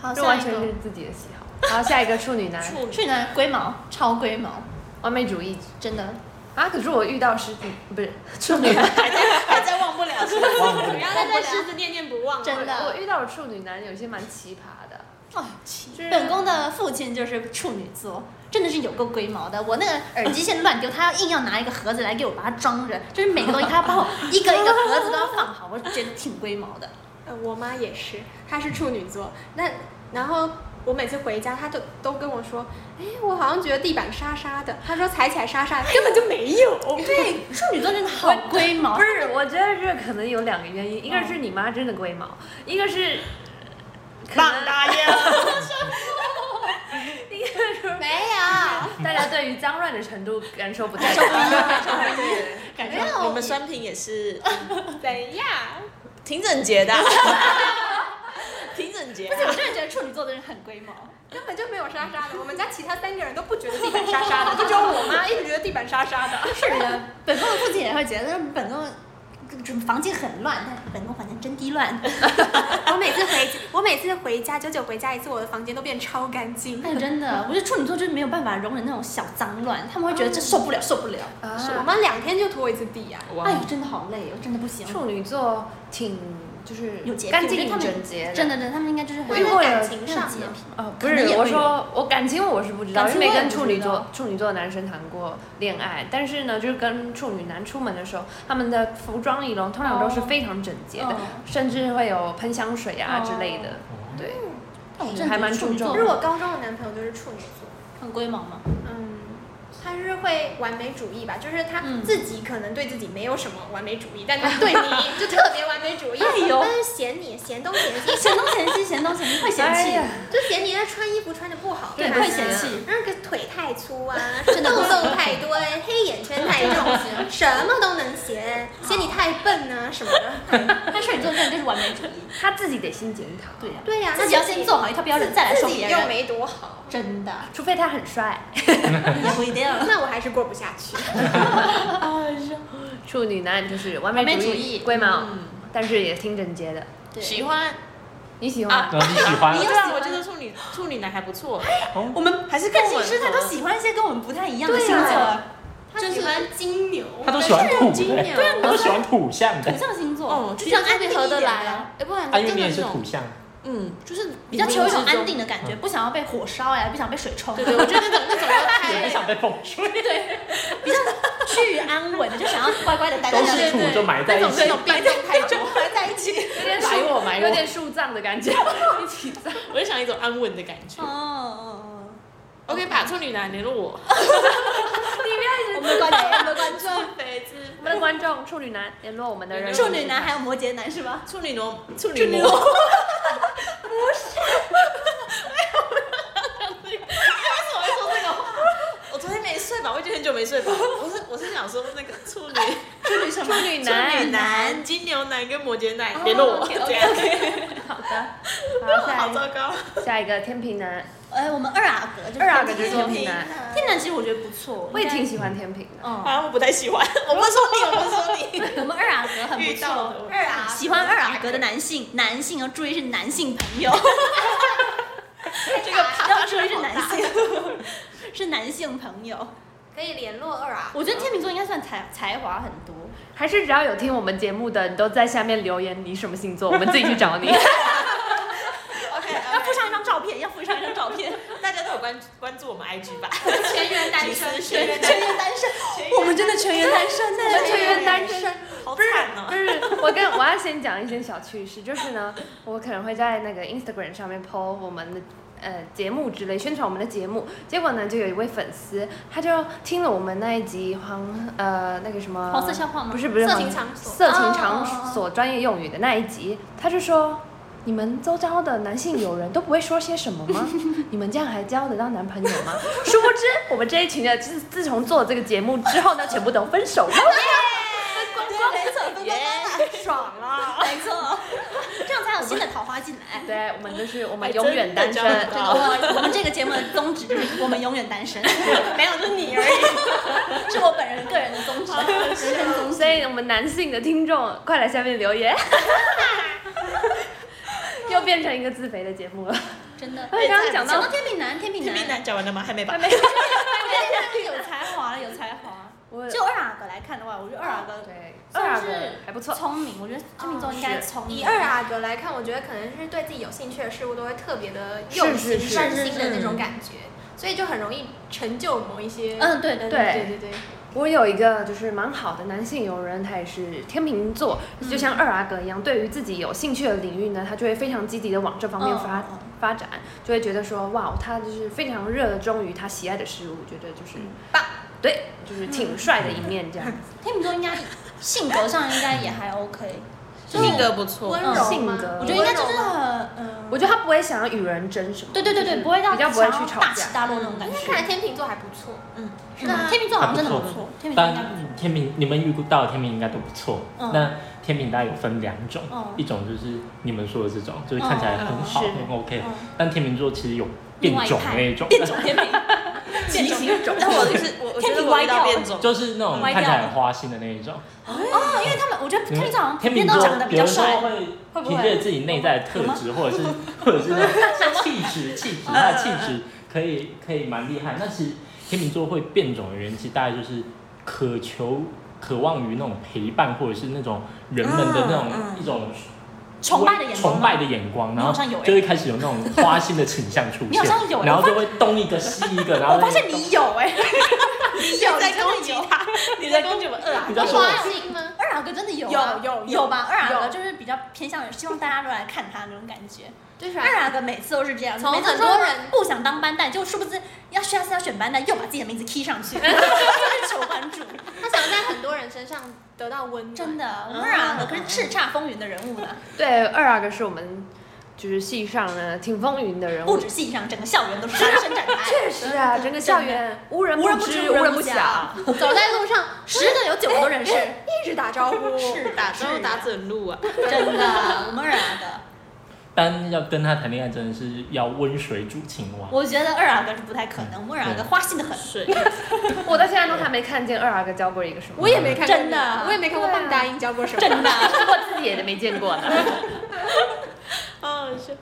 C: 好，
D: 这
C: 哦下
D: 完
C: 一
D: 全
C: 个
D: 是自己的喜好。好，下一个处女
C: <laughs>
D: 男，
C: 处处男龟毛，超龟毛，
D: 完美主义
C: 真的。
E: 哦
D: 啊！可是我遇到狮子不
C: <laughs>
D: 是处女男，
A: 还在忘不了， <laughs>
E: 忘不
A: 不
B: 啊
E: 了
A: 要再对狮子念念不忘了。
C: 真的
D: 我遇到的处女男有些蛮奇葩的。
C: 哦，奇本宫的父亲就是处女座，真的是有够龟毛的。我那个耳机线乱丢，他要硬要拿一个盒子来给我把它装着，就是每个东西他要帮我一个一个盒子都要放好，我觉得挺龟毛的。
B: 呃，我妈也是，她是处女座。那然后我每次回家，她都都跟我说，哎，我好像觉得地板沙沙的。她说踩起来沙沙的，根本就没有。
C: 对，处女座真的好龟毛
D: 不。是，我觉得这可能有两个原
C: 哦
D: 因，一个是你妈真的龟毛，一个是可
A: 浪
D: 能
A: 大爷，
D: 一个是
B: 没有，
D: 大家对于脏乱的程度感受不
C: <laughs>
D: 太一样。
B: 对，
A: 感觉我们酸平也是
B: <laughs> 怎样？
A: 挺整 <laughs> 洁的，挺整洁
C: 但。是我真的觉得处女座的人很龟毛，
B: 根本就没有沙沙的。我们家其他三个人都不觉得地
A: <laughs>
B: 板沙沙的，就只有我妈一直觉得地板沙沙的。
C: 是的，本宫的父亲也会觉得本宫房间很乱，但本宫房间真滴乱。
B: <laughs> 我每次回我每次回家，久久回家一次，我的房间都变超干
C: <laughs>
B: 净。
C: 哎，真的，我觉得处女座就是没有办法容忍那种小脏乱，他们会觉得这受不了，受不了。
B: 是我们两天就拖一次地啊。
C: 哎呦，真的好累哦，真的不行。
D: 处女座挺就是
C: 有洁癖
D: 干
C: 我觉得
D: 净
C: 他们
D: 整洁
C: 真的，真的，他们应该就是
D: 我
C: 很
D: 遇过
B: 感
D: 有
B: 情
C: 上
B: 上
C: 洁
B: 的
C: 癖。
D: 呃，不
C: 可能
D: 是
C: 也，
D: 我
C: 会
D: 说我感情我是不知道，
C: 感
D: 因
C: 情
D: 为没
C: 我也
D: 跟
C: 不
D: 处
C: 知
D: 女座
C: 道
D: 处女座男生谈过恋爱，但是呢，就是跟处女男出门的时候，他们的服装仪容通常都是
C: 哦
D: 非常整洁的，
C: 哦
D: 甚至会有喷香水啊
C: 哦
D: 之类的。对，
C: 但我
D: 是
C: 真的
D: 还
C: 觉得
D: 蛮
C: 处女
D: 注重
C: 座
B: 可是我高中的男朋友就是处女座，
C: 很龟毛嘛。
B: 嗯，他是会完美主义吧，就是他
C: 嗯
B: 自己可能对自己没有什么完美主义，但他对你就特别完美
C: <laughs>
B: 主义，
C: 哎呦
B: 但是嫌你嫌东嫌
C: <laughs>
B: 西，<laughs>
C: 嫌东嫌西，嫌东嫌西，会嫌
D: 哎
C: 弃
D: 呀，
B: 就嫌你那穿衣服穿的不好，
C: 对，
B: 吧？
C: 会嫌弃。
B: 那个腿太粗
C: <laughs>
B: 啊，痘痘太多，黑眼圈太重，什么都能嫌，嫌你太笨啊什么的。
C: 但处女座真的就是完美主义。
D: 他自己得先检讨，
C: 对呀，
B: 对呀、
C: <laughs> 自己要先做好一套标准，再来
B: 自
C: 说
B: 己
C: 别
B: 又
C: 人。
B: 没多好，
C: 真的，
D: 除非他很帅。
C: <laughs> 也不一定。
B: 那我还是过不下
C: <laughs>
B: 去。
D: 处女男就是
C: 完
D: 完美
C: 美
D: 主
C: 主义嗯
D: 龟毛，但是也挺整洁的。
C: 对，
A: 喜欢，
D: 你喜欢？
A: 啊
E: 然后你喜欢
A: 对啊，我觉得处女处女男还不错，
C: 我们
A: 还是
C: 个
A: 更
C: 性师态都喜欢一些跟我们不太一样的
D: 对啊
C: 星座，
B: 他喜欢金牛，
E: 他都喜欢
C: 啊
E: 土的，欸
B: 对
E: 他都喜欢土象的
C: 土，象星座，
A: 哦，就
C: 比
A: 像
C: 较安定合得来啊，哎，不然
E: 安
C: 真
E: 玉
C: 的
E: 你也是
C: 那
E: 土
C: 种
E: 象，
A: 嗯，就是
C: 比较嗯求一种安定
A: 的。
C: 的感觉，不想要被火烧呀，不想被水冲，
A: 对对，我觉得那种
C: <laughs>
A: 那种要
E: 也不想被风吹，
C: 去安稳，就想要乖乖的待在
E: 都
C: 那
E: 是
C: 里。
E: 土就埋在一起。
A: 白天太久合在一
C: <laughs>
A: 起，
D: 有点
A: 埋我埋我
D: 有点树葬的 <laughs> 感觉，一起葬。
A: 我就想一种安稳的感觉
C: 哦。哦
A: OK，把处女男联络我，
C: 哦，我们的观点，我们的观众，
A: 肥子
D: 我们的观众处女男联络我们的
C: <laughs>
D: 人，
C: 处女男还有摩羯男是吧？
A: 处女膜，处女膜， <laughs> 我昨天没睡吧，我已经很久没睡吧。我是我是想说那个处女
C: 处女什么？处女
A: 处女 <laughs> 男、金牛男跟摩羯男联络我，这样
D: 好的，好，下
A: 好
D: 一
A: 糟
D: 个，
A: 糕。
D: 下一个天平男，
C: 哎，我们二阿哥就是
D: 二阿哥就
C: 天
D: 是天平
B: <laughs>
D: 男，
C: 男，天男其实我觉得不错，
D: 我也挺
C: 应
D: 喜欢天平的
C: 该。嗯，
A: 啊，我不太喜欢， <laughs> 我不是说你，我不是说你。
C: 我们二阿哥很不
A: 遇到
C: 错，
A: 了 <laughs>
C: 二
B: 啊
C: 阿喜欢二阿哥的男性，男性要注意是男性朋友，
B: 这个 <laughs>
C: 要注意是男性，是男性朋友。
B: 可以联络二啊。
C: 我觉得天秤座应该算才才华很多，
D: 还是只要有听我们节目的，你都在下面留言你什么星座，我们自己
C: <laughs>
D: 去找你。
C: 要附上一张照片，要附上一张照片。
A: 哎呃大家都有关关注我们 IG 吧？
B: 全员单身，全员
C: 全员单身，我们真的全员单
D: <laughs>
C: 身呢，
D: 全员单身，
A: 好惨
D: 就
A: 哦！
D: 是我跟我 <laughs> 要先讲一些小趣事，就是呢，我可能会在那个 Instagram 上面 po 我们的呃节目之类，宣传我们的节目。结果呢，就有一位粉丝，他就听了我们那一集黄呃那个什么
C: 黄色笑话吗
D: 不是不是
B: 色
D: 黄
B: 情场所
D: 色情
C: 哦
D: 场所专业用语的那一集，他就说。你们周遭的男性友人都不会说些什么吗？ <laughs> 你们这样还交得到男朋友吗？殊不知，我们这一群人自自从做这个节目之后呢，全部都分手了。
C: 没错，分
B: 爽了。
C: 没错，这样才有新的桃花进来。
D: 对，我们就是我们
A: 哎
D: 永远单
A: 真
D: 身
A: 的。交不到
C: 我我们这个节目的宗旨就是我们永远单身，
A: 没有，就是你而已。
C: 是我本人个人的宗旨，人生宗旨。
D: 所以我们男性的听众，快来下面留言。 <laughs> 又变成一个自肥的节目了。
C: 真的。
D: 哎刚刚讲到
C: 讲到天秤男，天秤
A: 天
C: 男，
A: 命男讲完了吗？还没吧？
C: 对有才华，有才华。 <laughs>
D: 我
C: 就二阿哥来看的话，我觉得二阿哥
D: 对，二
C: 算
D: 阿
C: 是
D: 哥还不错。
C: 聪明，我觉得天秤座应该聪明。
B: 以二阿哥来看，我觉得可能是对自己有兴趣的事物都会特别的用
D: 是
B: 心、
D: 是是
B: 专心的那种感觉，所以就很容易成就某一些。
C: 嗯，对对
D: 对
B: 对对对，
D: 我有一个就是蛮好的男性友人，他也是天秤座，就像二阿哥一样，对于自己有兴趣的领域呢，他就会非常积极的往这方面发、
C: 嗯嗯
D: 发展，就会觉得说哇，他就是非常热衷于他喜爱的事物，觉得就是
B: 棒，
D: 对，就是挺帅的一面这样子。
C: 天秤座应该性格上应该也还 <laughs> OK，
A: 性格不错
B: 温，柔吗
D: 性格
C: 我觉得应该就是
B: 温柔吗
C: 很嗯，
D: 我觉得他不会想要与人争什么，
C: 对对对
D: 就
C: 对，
D: 是
C: 不会让
D: 比较不会去
C: 想要
D: 吵
C: 大
D: 架
C: 起。大落那种感
B: 那
C: 觉。
B: 看来天秤座还不错。
C: 是吗？啊天秤座好像真的不错，天秤座应该不错。
E: 但天平你们预估到的天平应该都不错。
C: 嗯
E: 那天平大概有分两种，
C: 嗯
E: 一种就是你们说的这种，就是看起来很好、
D: 嗯嗯
E: 很 OK，、
C: 嗯
E: 但天秤座其实有变
C: 另外一
E: 种
C: 派
E: 那一种，
C: 变种天秤，
A: 变种但我就是我，我觉
C: 天
A: 得
C: 平
A: 我
C: 歪
A: 遇
C: 掉
A: 到变
E: <laughs>
A: 种，
E: 就是那种
C: 歪
E: 看
C: 掉
E: 起来很花心的那一种。
C: 哦，因为他们我觉得天秤座好像普
E: 天
C: 遍
E: 秤
C: 都
E: 座
C: 长得比较
E: 有的时候
C: 帅，
E: 会
C: 会不会
E: 凭借自己内在的特质，或者是或者是那种气质，
C: <laughs>
E: 气质，
C: 嗯
E: 他的气质可以可以蛮厉害。那其实天秤座会变种的原因，其实大概就是渴求、渴望于那种陪伴，或者是那种人们的那种
A: 嗯嗯
E: 一种
C: 崇拜的眼光吗
E: 崇拜的眼光，
C: 你
E: 然
C: 好
E: 后
C: 像有欸
E: 就会开始有那种花心的倾向出
C: 你好
E: 现
C: 像有，欸
E: 然后
C: 我
E: 就会东一个西一个，然后
C: 我发
E: 再
C: 现你有哎， <laughs> 你有
A: 在
C: 你真的
A: 攻击
C: 有
A: <laughs> 他，你在攻击我呃啊们二阿
E: 你
A: 哥
E: 知道说
B: 花
C: 啊
E: 我
B: 心吗？
C: 二阿哥真的有啊
B: 有有有
C: 有吧？二阿哥
B: 有
C: 就是比较偏向于希望大家都来看他那种感觉。
B: 就是
C: 二阿哥每次都是这样，
B: 从
C: 每次
B: 很多人
C: 不想当班带，就殊不知要下次要选班带，又把自己的名字 key 上去， <laughs> 就是求关注。
B: 他想要在很多人身上得到温暖。
C: 真的，我们二阿哥可是叱咤风云的人物呢，
D: 对，二阿哥是我们就是系上呢挺风云的人
C: 不
D: 物
C: 止，系上，整个校园都是他的伸展台。
D: 确实啊，整个校园无人
C: 无人不
D: 不
C: 知
D: 无
C: 人
D: 人
C: 不
D: 不
C: 晓
D: 晓。
B: 走在路上，
C: 十个有九个都认识，
B: 一直打招呼，
A: 是打招呼打整路啊，
C: 真的，我们二阿哥，
E: 但要跟他谈恋爱，真的是要温水煮青蛙。
C: 我觉得二阿哥是不太可能，我们二阿哥花心的很，
A: <laughs> 水
D: 我到现在都还没看见二阿哥教过一个什么，
B: 我也没看过
C: 真的
B: 我也没看过
D: 对啊
B: 棒答应教过什么。
C: 真的。
D: 我自己也没见过 <laughs> 呢。
A: 哦是。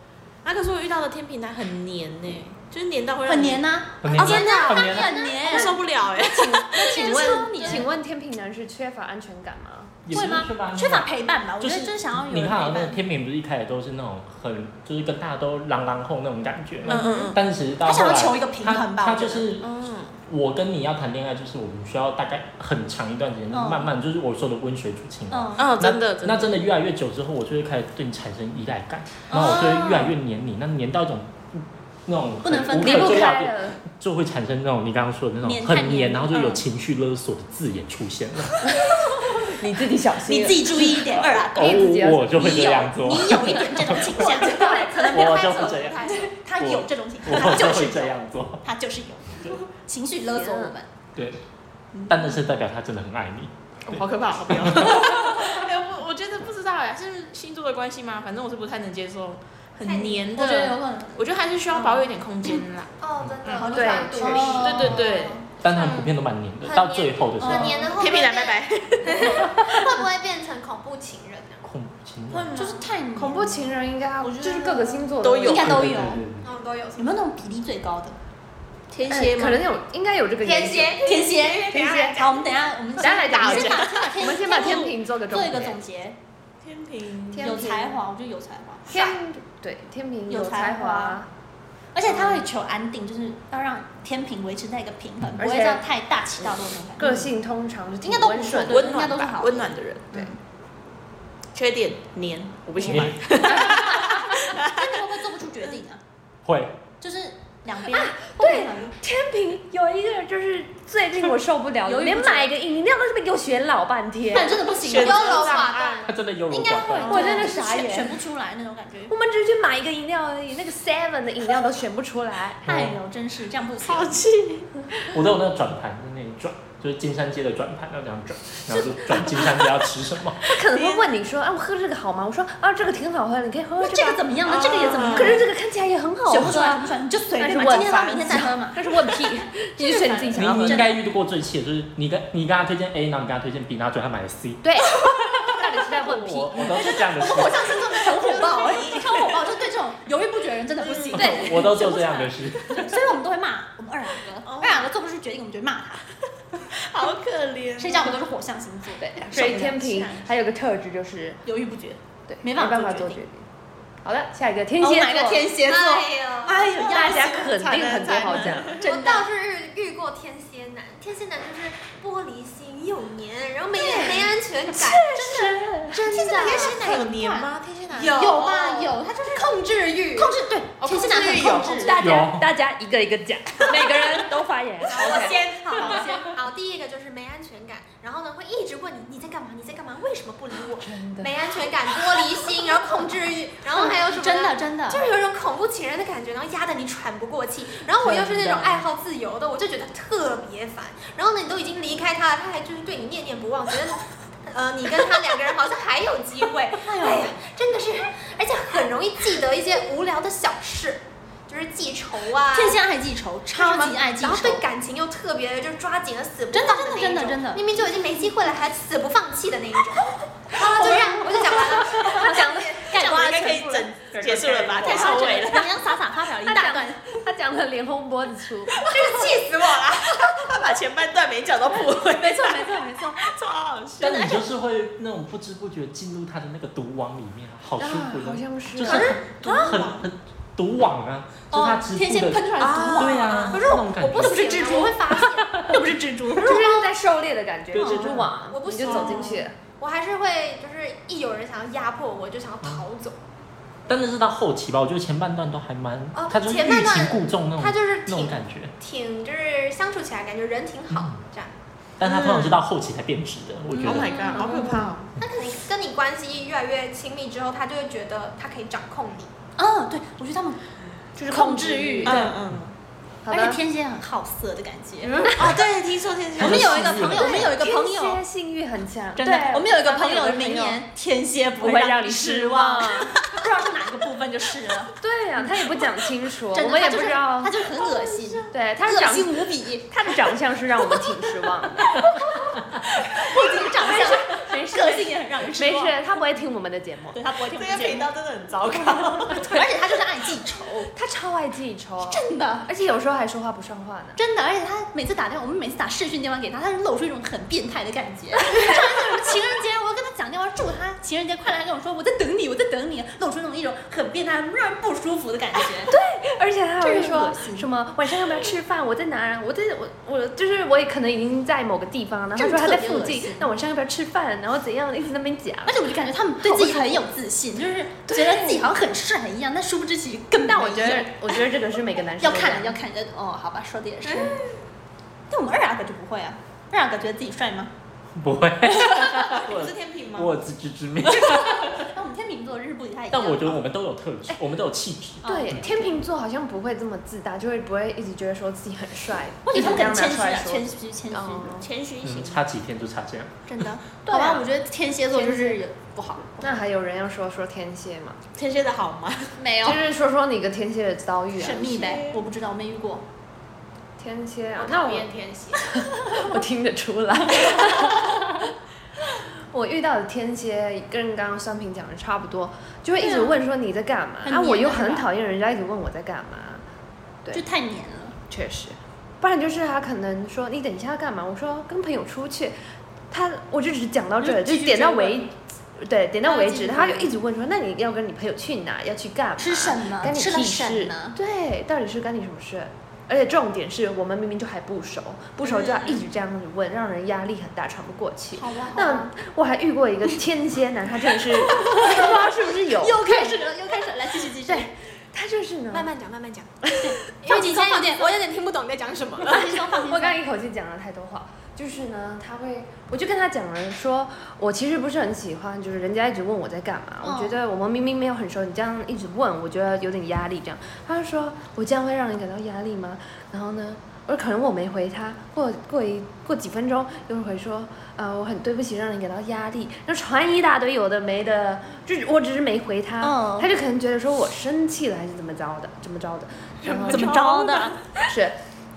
A: 啊，可是我遇到的天平男很黏呢，就是黏到会让
C: 很
A: 你
C: 黏呐，
E: 很黏
C: 真的，啊
E: 很
C: 他
E: 啊黏
C: 很黏
A: 我，受不了哎。 <laughs>
D: 请
C: 超
D: 问，
C: 黏
D: 请问天平男是缺乏安全感吗？
E: 也
C: 会
E: 不
C: 吗
E: 是缺乏安
C: 缺
E: 全
C: 乏
E: 感
C: 陪伴吧？我觉得就是想要有
E: 你
C: 人陪
E: 看啊，那个
C: 伴。
E: 天平不是一开始都是那种很，就是跟大家都狼狼后那种感觉嘛。
A: 嗯嗯嗯
E: 但是其实到
C: 他
E: 后
C: 想要
E: 来，
C: 求一个平衡吧
E: 他
C: 我
E: 他
C: 觉
E: 就
C: 得
E: 是
A: 嗯，
E: 我跟你要谈恋爱，就是我们需要大概很长一段时间，
C: 嗯
E: 慢慢就是我说的温水煮青蛙。
C: 嗯，
E: 那
A: 哦，真的，真
E: 那
A: 的，
E: 真的越来越久之后，我就会开始对你产生依赖感，然后我就会越来越黏你，那黏到一种那种
C: 不能分
E: 很
D: 离不
E: 无可救药
D: 开
E: 的，
D: 了，
E: 就会产生那种你刚刚说的那
C: 黏
E: 种
C: 太
E: 很
C: 黏
E: 黏，然后就有
C: 嗯
E: 情绪勒索的字眼出现了。
D: 你自己小心
C: 你自己注意一点，二阿哥
E: 哦，
D: 可以自己要
E: 我就会这样
C: 你
E: 做，
C: 有一点这种倾向，对，可能
E: 我
C: 拍
E: 就
C: 错
E: 会这样
C: 拍错，他有这种倾向，他
E: 我就
C: 就是
E: 会
C: 有
E: 这，样做。
C: 他就是有情绪勒索我们。
E: 对，但那是代表他真的很爱你。
A: 哦好可怕，好不要。 <laughs> 哎，我我觉得不知道哎，是星座的关系吗？反正我是不太能接受很黏
C: 我觉得有
A: 的，
C: 可能，
A: 我觉得还是需要保有一点空间啦。
B: 哦，真的，
E: 嗯
B: 我
D: 对
B: 想读
D: 确实
B: 哦
A: 对对对，
E: 但他们普遍都蛮黏的，
B: 很
E: 到最后的
A: 哦
E: 时
B: 很
E: 候，
B: 黏的会不
A: 天
B: 会
A: 平男
B: 变
A: 拜拜。
B: 会不会变成恐怖情人呢？
E: 恐怖情
A: 会
E: 人
A: 吗？
C: 就是太黏
D: 恐怖，情人应该
A: 我觉得
D: 就是各个星座
A: 都有
C: 应该都
E: 对
C: 有
E: 对对对
B: 嗯，都有。
C: 有没有那种比例最高的
A: 天
D: 哎
A: 蝎吗
D: 可？能有应该有这个
B: 天
D: 原
B: 蝎，
C: 天蝎？
D: 天
C: 蝎，好，我们等一下，我们
D: 等一下来打
C: 我们
D: 我
C: 先把
D: 觉
C: 先把
D: 因，
C: 天，
D: 我们先把天平做个总
C: 做一个
D: 结
C: 总。结，
A: 天平，
D: 天
C: 有
D: 平
C: 才华，我觉得有才华，
D: 天对天平
C: 有
D: 有
C: 才
D: 才
C: 华
D: 华，
C: 而且他会求安定，就是要让天平维持在一个平衡，不
D: 而
C: 会
D: 且
C: 这样太大起大落那种感觉。
D: 个性通常是挺
C: 应该都不
D: 温顺
C: 错
D: 的。
A: 温
C: 应该
A: 暖
C: 都是
A: 吧
C: 好，的
A: 温暖的人。
D: 对，
A: 缺点黏，我不喜欢
E: 黏。
C: 那你会不会做不出决定啊？
E: 会，
C: 就是两边后
D: 对
C: 面很，
D: 天平有一个就是最令我受不了的，连买一个饮料都是被给我选老半天。 <laughs>
C: 但真的不行，
A: 选
C: 优
A: 择
C: 柔寡
A: 障
C: 断
A: 碍，
E: 他真的优柔
C: 应
E: 寡
C: 该会
E: 断，，
D: 我
C: 对
D: 真的傻
C: 选
D: 眼
C: 选不出来那种感觉。
D: 我们只是去买一个饮料而已，那个 Seven 的饮料都选不出来。
C: 哎呦，真是这样不行。
E: 我都有那个转盘在那里转，就是金山街的转盘，要这样转，然后就转金山街要吃什么。
D: <laughs> 他可能会问你说：“啊，我喝这个好吗？”我说：“啊，这个挺好喝的，你可以喝喝
C: 那这
D: 这
C: 个
D: 个。啊嗯
C: 怎么样呢？这个也怎么样？
D: 可是这个看起来也很好
C: 选不
D: 喝
C: 出来，选
D: 啊。
C: 不出来，你就随便
D: 那
C: 吧，
D: 是问
C: 今天喝，
D: 法
C: 明天再喝嘛”。
D: 那是问
C: <laughs>
D: 屁，你就选你自己想
E: 你
D: 要喝
E: 你应
D: <laughs> 的。
E: 该遇过最气的就是你跟你跟他推荐 A，然后你跟他推荐 B，然后最后他买了 C。
D: <laughs> 对，到底是在问屁？
E: 我我都是这样的事，
C: 火象星座真的很火爆，超火爆，就对这种犹豫不决的人真的不行。对，
E: 我都做这样的事。
C: 所以我们都会骂我们二两哥，
D: 哦
C: 二两哥做不出决定，我们就会骂他。
A: 好可怜哦。
C: 谁叫我们都是火象星座？
D: 嗯对，所以天平还有个特质就是
C: 犹豫不决。
D: 对，
C: 没
D: 没
C: 办法做
D: 做
C: 决
D: 决定。好了，下一个天
A: 我
D: 蝎
A: 买个
D: 座，
A: 天蝎座，
C: 啊
B: 哎
A: 哎呦，
D: 大家肯定很多好讲。
B: 呦，我倒是遇过天蝎男，天蝎男就是玻璃心、又黏，然后没没安全感，真的真的
A: 天蝎男有黏吗？天蝎男
B: 有
C: 有吧？有，他就是
B: 控制欲，
C: 控制对，
D: 哦
C: 天蝎男很控制。
D: 大家
E: 有
D: 大家一个一个讲，每个人都发言。
B: 好，我先，好，我先，好，第一个就是没安全感，然后呢会一直问你你在干嘛，你在干嘛，为什么不理我？
D: 真的
B: 没安全感、玻璃心，然后控制欲，然后还有什么？
C: 真的真的，
B: 就是有一种恐怖情人的感觉，然后压得你喘不过气。然后我又是那种爱好自由的，我就觉得特别烦。然后呢，你都已经离开他了，他还就是对你念念不忘，觉得。呃，你跟他两个人好像还有机
C: <laughs>
B: 会，哎呀，真的是，而且很容易记得一些无聊的小事，就是记仇啊，
C: 天蝎爱记仇，超级爱记仇
B: 然后。啊对感情又特别就是抓紧了死不
C: 真的
B: 放那一种
C: 真的真的真的
B: 明明就已经没机会了，还死不放弃的那一种。好了，就这样，我就讲
C: <laughs>
B: 完了。他讲的
A: 这样我应该可以整结束了吧？太收尾了。
C: 洋洋洒洒发表了一
D: 他
C: 大
D: 讲
C: 段
D: 的，他讲的脸红脖子粗，
B: 真是气死我了。
A: 他把前半段没讲到补回，没错
C: 没错没错，
A: 超好笑。
E: 但你就是会那种不知不觉进入他的那个毒网里面啊，好舒服的，
D: 好像是
E: 就是很很很毒网啊，就是他织
C: 天
E: 布
C: 蝎
E: 的，
C: 喷出来的毒
E: 对啊，
B: 可是
E: 那种感
B: 我不
E: 觉。
B: 是蜘蛛，我会发现，
A: 又不是蜘蛛，
D: 就是在狩猎的感觉，
E: 对对
D: 蜘
E: 对
D: 蛛网，
B: 我不
D: 你就
B: 行
D: 走进去。
B: 我还是会就是一有人想要压迫我，就想要逃走。
E: 但是是到后期吧，我觉得前半段都还蛮
B: 哦，
E: 他就是
B: 前半
E: 欲
B: 段
E: 擒故纵那
B: 他
E: 种
B: 就是
E: 那种
B: 挺
E: 感觉。
B: 挺就是相处起来感觉人挺好
E: 嗯
B: 这样。
E: 但他通常是到后期才变质的，我觉
A: Oh
E: 得
A: my。god，好可怕哦！
B: 那可能跟你关系越来越亲密之后，他就会觉得他可以掌控你。
C: 嗯，对，我觉得他们就是控制欲，对
A: 嗯嗯。
D: 好
C: 而且
D: 的，
C: 天蝎很好色的感觉。
A: 哦，对，听说天蝎
C: 我们有一个
E: 他的性欲
C: 朋友，我们有一个朋友
D: 天蝎，性欲很强，
A: 真的
D: 对
C: 我们有一个
D: 旁
C: 朋
D: 边有
C: 友
D: 个
C: 名
D: 朋友
C: 言：天蝎不
D: 不
C: 会
D: 会让
C: 让
D: 你
C: 你
D: 失
C: 失望。
D: 望
C: 不知道是哪一个部分就失了，
D: <laughs> 对啊，他也不讲清楚，
C: 真
D: 我
C: 的，
D: 们
C: 他
D: 也不
C: 就是
D: 知道
C: 他，就是很恶心，
D: 对他的
C: 恶
D: 长
C: 心无比，
D: 他的长相是让我们挺失望的。
C: 不仅长相，
D: <laughs> 没事，
C: 个性也很让人失
D: 没
C: 望。
D: 事，他不会听我们的节目，
C: 对他不会听
A: 这
C: 我们的
A: 个
C: 节
A: 频
C: 目，
A: 道真的很糟糕。
C: <laughs> 而且他就是爱记仇，
D: 他超爱记仇，
C: 真的。
D: 而且有时候还说话不算话呢。
C: 真的，而且他每次打电话，我们每次打视讯电话给他，他是露出一种很变态的感觉。 <laughs> 上一次情人节，我要跟他讲电话祝他情人节快乐，他跟我说我在等你，我在等你，露出那种一种很变态、让人不舒服的感觉。
D: 而且他还会
C: 这个
D: 说
C: 恶心
D: 什么晚上要不要吃饭？我在哪儿？啊我在我我就是我也可能已经在某个地方了。他说他在
C: 这个特
D: 附
C: 别恶
D: 近
C: 心，
D: 那晚上要不要吃饭？然后怎样？一直在那边讲。
C: 而且我就感觉他们对自己很啊有自信，就是觉得自己好像很帅一 <laughs> 样，但殊不知其实根本
D: 但
C: 没
D: 我 <laughs> 觉得
C: 有，
D: 我觉得这个是每个男生
C: 要
D: 都
C: 看
D: 这
C: 要
D: 样
C: 看人家哦，好吧，说的也是。但我们二阿哥就不会啊，二阿哥觉得自己帅吗？
E: 不会，
A: 你是天平吗？
E: 我有自知之明。
C: 那我们天秤座日不一太一样。
E: 但我觉得我们都有特质，我们都有气质。
C: 哦
D: 对，天秤座好像不会这么自大，就会不会一直觉得说自己很帅，
C: 我觉
D: 一
C: 得
D: 直
C: 他们
D: 这
C: 很
D: 样拿
C: 谦虚啊谦虚，
D: 出来，说。
C: 谦虚
D: 哦，
C: 谦虚型
E: 嗯，。差几天就差这样。
C: 真的，
D: 对
C: 好
D: 啊
C: 吧，我觉得天蝎座就是有不好，
D: 那还有人要说说天蝎吗？
A: 天蝎的好吗？
C: 没
D: 就是说说你跟天蝎的遭遇啊。
C: 神秘呗，我不知道，我没遇过。
D: 天蝎
B: 哦
D: 啊，那我
B: 天蝎，
D: 我听得出来。 <laughs> 我遇到的天蝎跟刚刚酸平讲的差不多，就会一直问说你在干嘛，
C: 很
D: 啊，我
C: 黏
D: 又
C: 的是
D: 啊很
C: 吧
D: 讨厌人家一直问我在干嘛，对
C: 就太黏了，
D: 确实，不然就是他可能说你等一下要干嘛，我说跟朋友出去，他我就只讲到这儿，
C: 就继
D: 就
C: 续
D: 点到
C: 追
D: 为，对，点到
C: 他
D: 为
C: 继
D: 止，
C: 续
D: 他就
C: 追
D: 一直问说那你要跟你朋友去哪，要去干嘛，
C: 吃什么
D: 干你
C: 吃了
D: 屁
C: 什
D: 事
C: 么？
D: 对，到底是干你什么事？而且重点是我们明明就还不熟，不熟就要一直这样子问，让人压力很大，喘不过气。
C: 好吧
D: 那我还遇过一个
C: <laughs>
D: 天蝎男，他真的是不知道是不是有，
C: 又开始了，又开始了，来继续继续。
D: 他就是呢，
B: 慢慢讲，慢慢讲。因为你现在有点，我有点听不懂你在讲什么了。
C: 放轻松，放轻
D: 我
C: 松。
D: 刚一口气讲了太多话，就是呢，他会，我就跟他讲了说，我其实不是很喜欢，就是人家一直问我在干嘛，
C: 嗯
D: 我觉得我们明明没有很熟，你这样一直问，我觉得有点压力。这样，他就说我这样会让人感到压力吗？然后呢？我可能我没回他，过过一过几分钟又会说，呃，我很对不起，让人感到压力，然后传一大堆有的没的，就是我只是没回他，
C: 嗯
D: 他就可能觉得说我生气了还是怎么着的，怎
C: <laughs>
D: 么着的，然后
C: 怎么着的？
D: 是，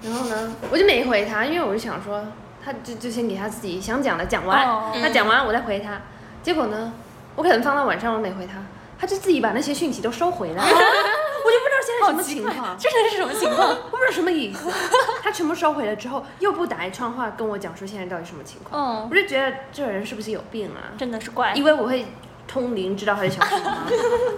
D: 然后呢，我就没回他，因为我就想说，他就就先给他自己想讲的讲完，
C: 哦
D: 他讲完我再回他。结果呢，我可能放到晚上我没回他，他就自己把那些讯息都收回 <laughs> 了，我就不知道现在什么情况，
C: 这是什么情况？
D: 我不知道什么意思。他全部收回了之后，又不打一串话跟我讲说现在到底什么情况，
C: 嗯，
D: 我就觉得这个人是不是有病啊？
C: 真的是怪。
D: 以为我会通灵知道他在想什么吗？
B: <laughs>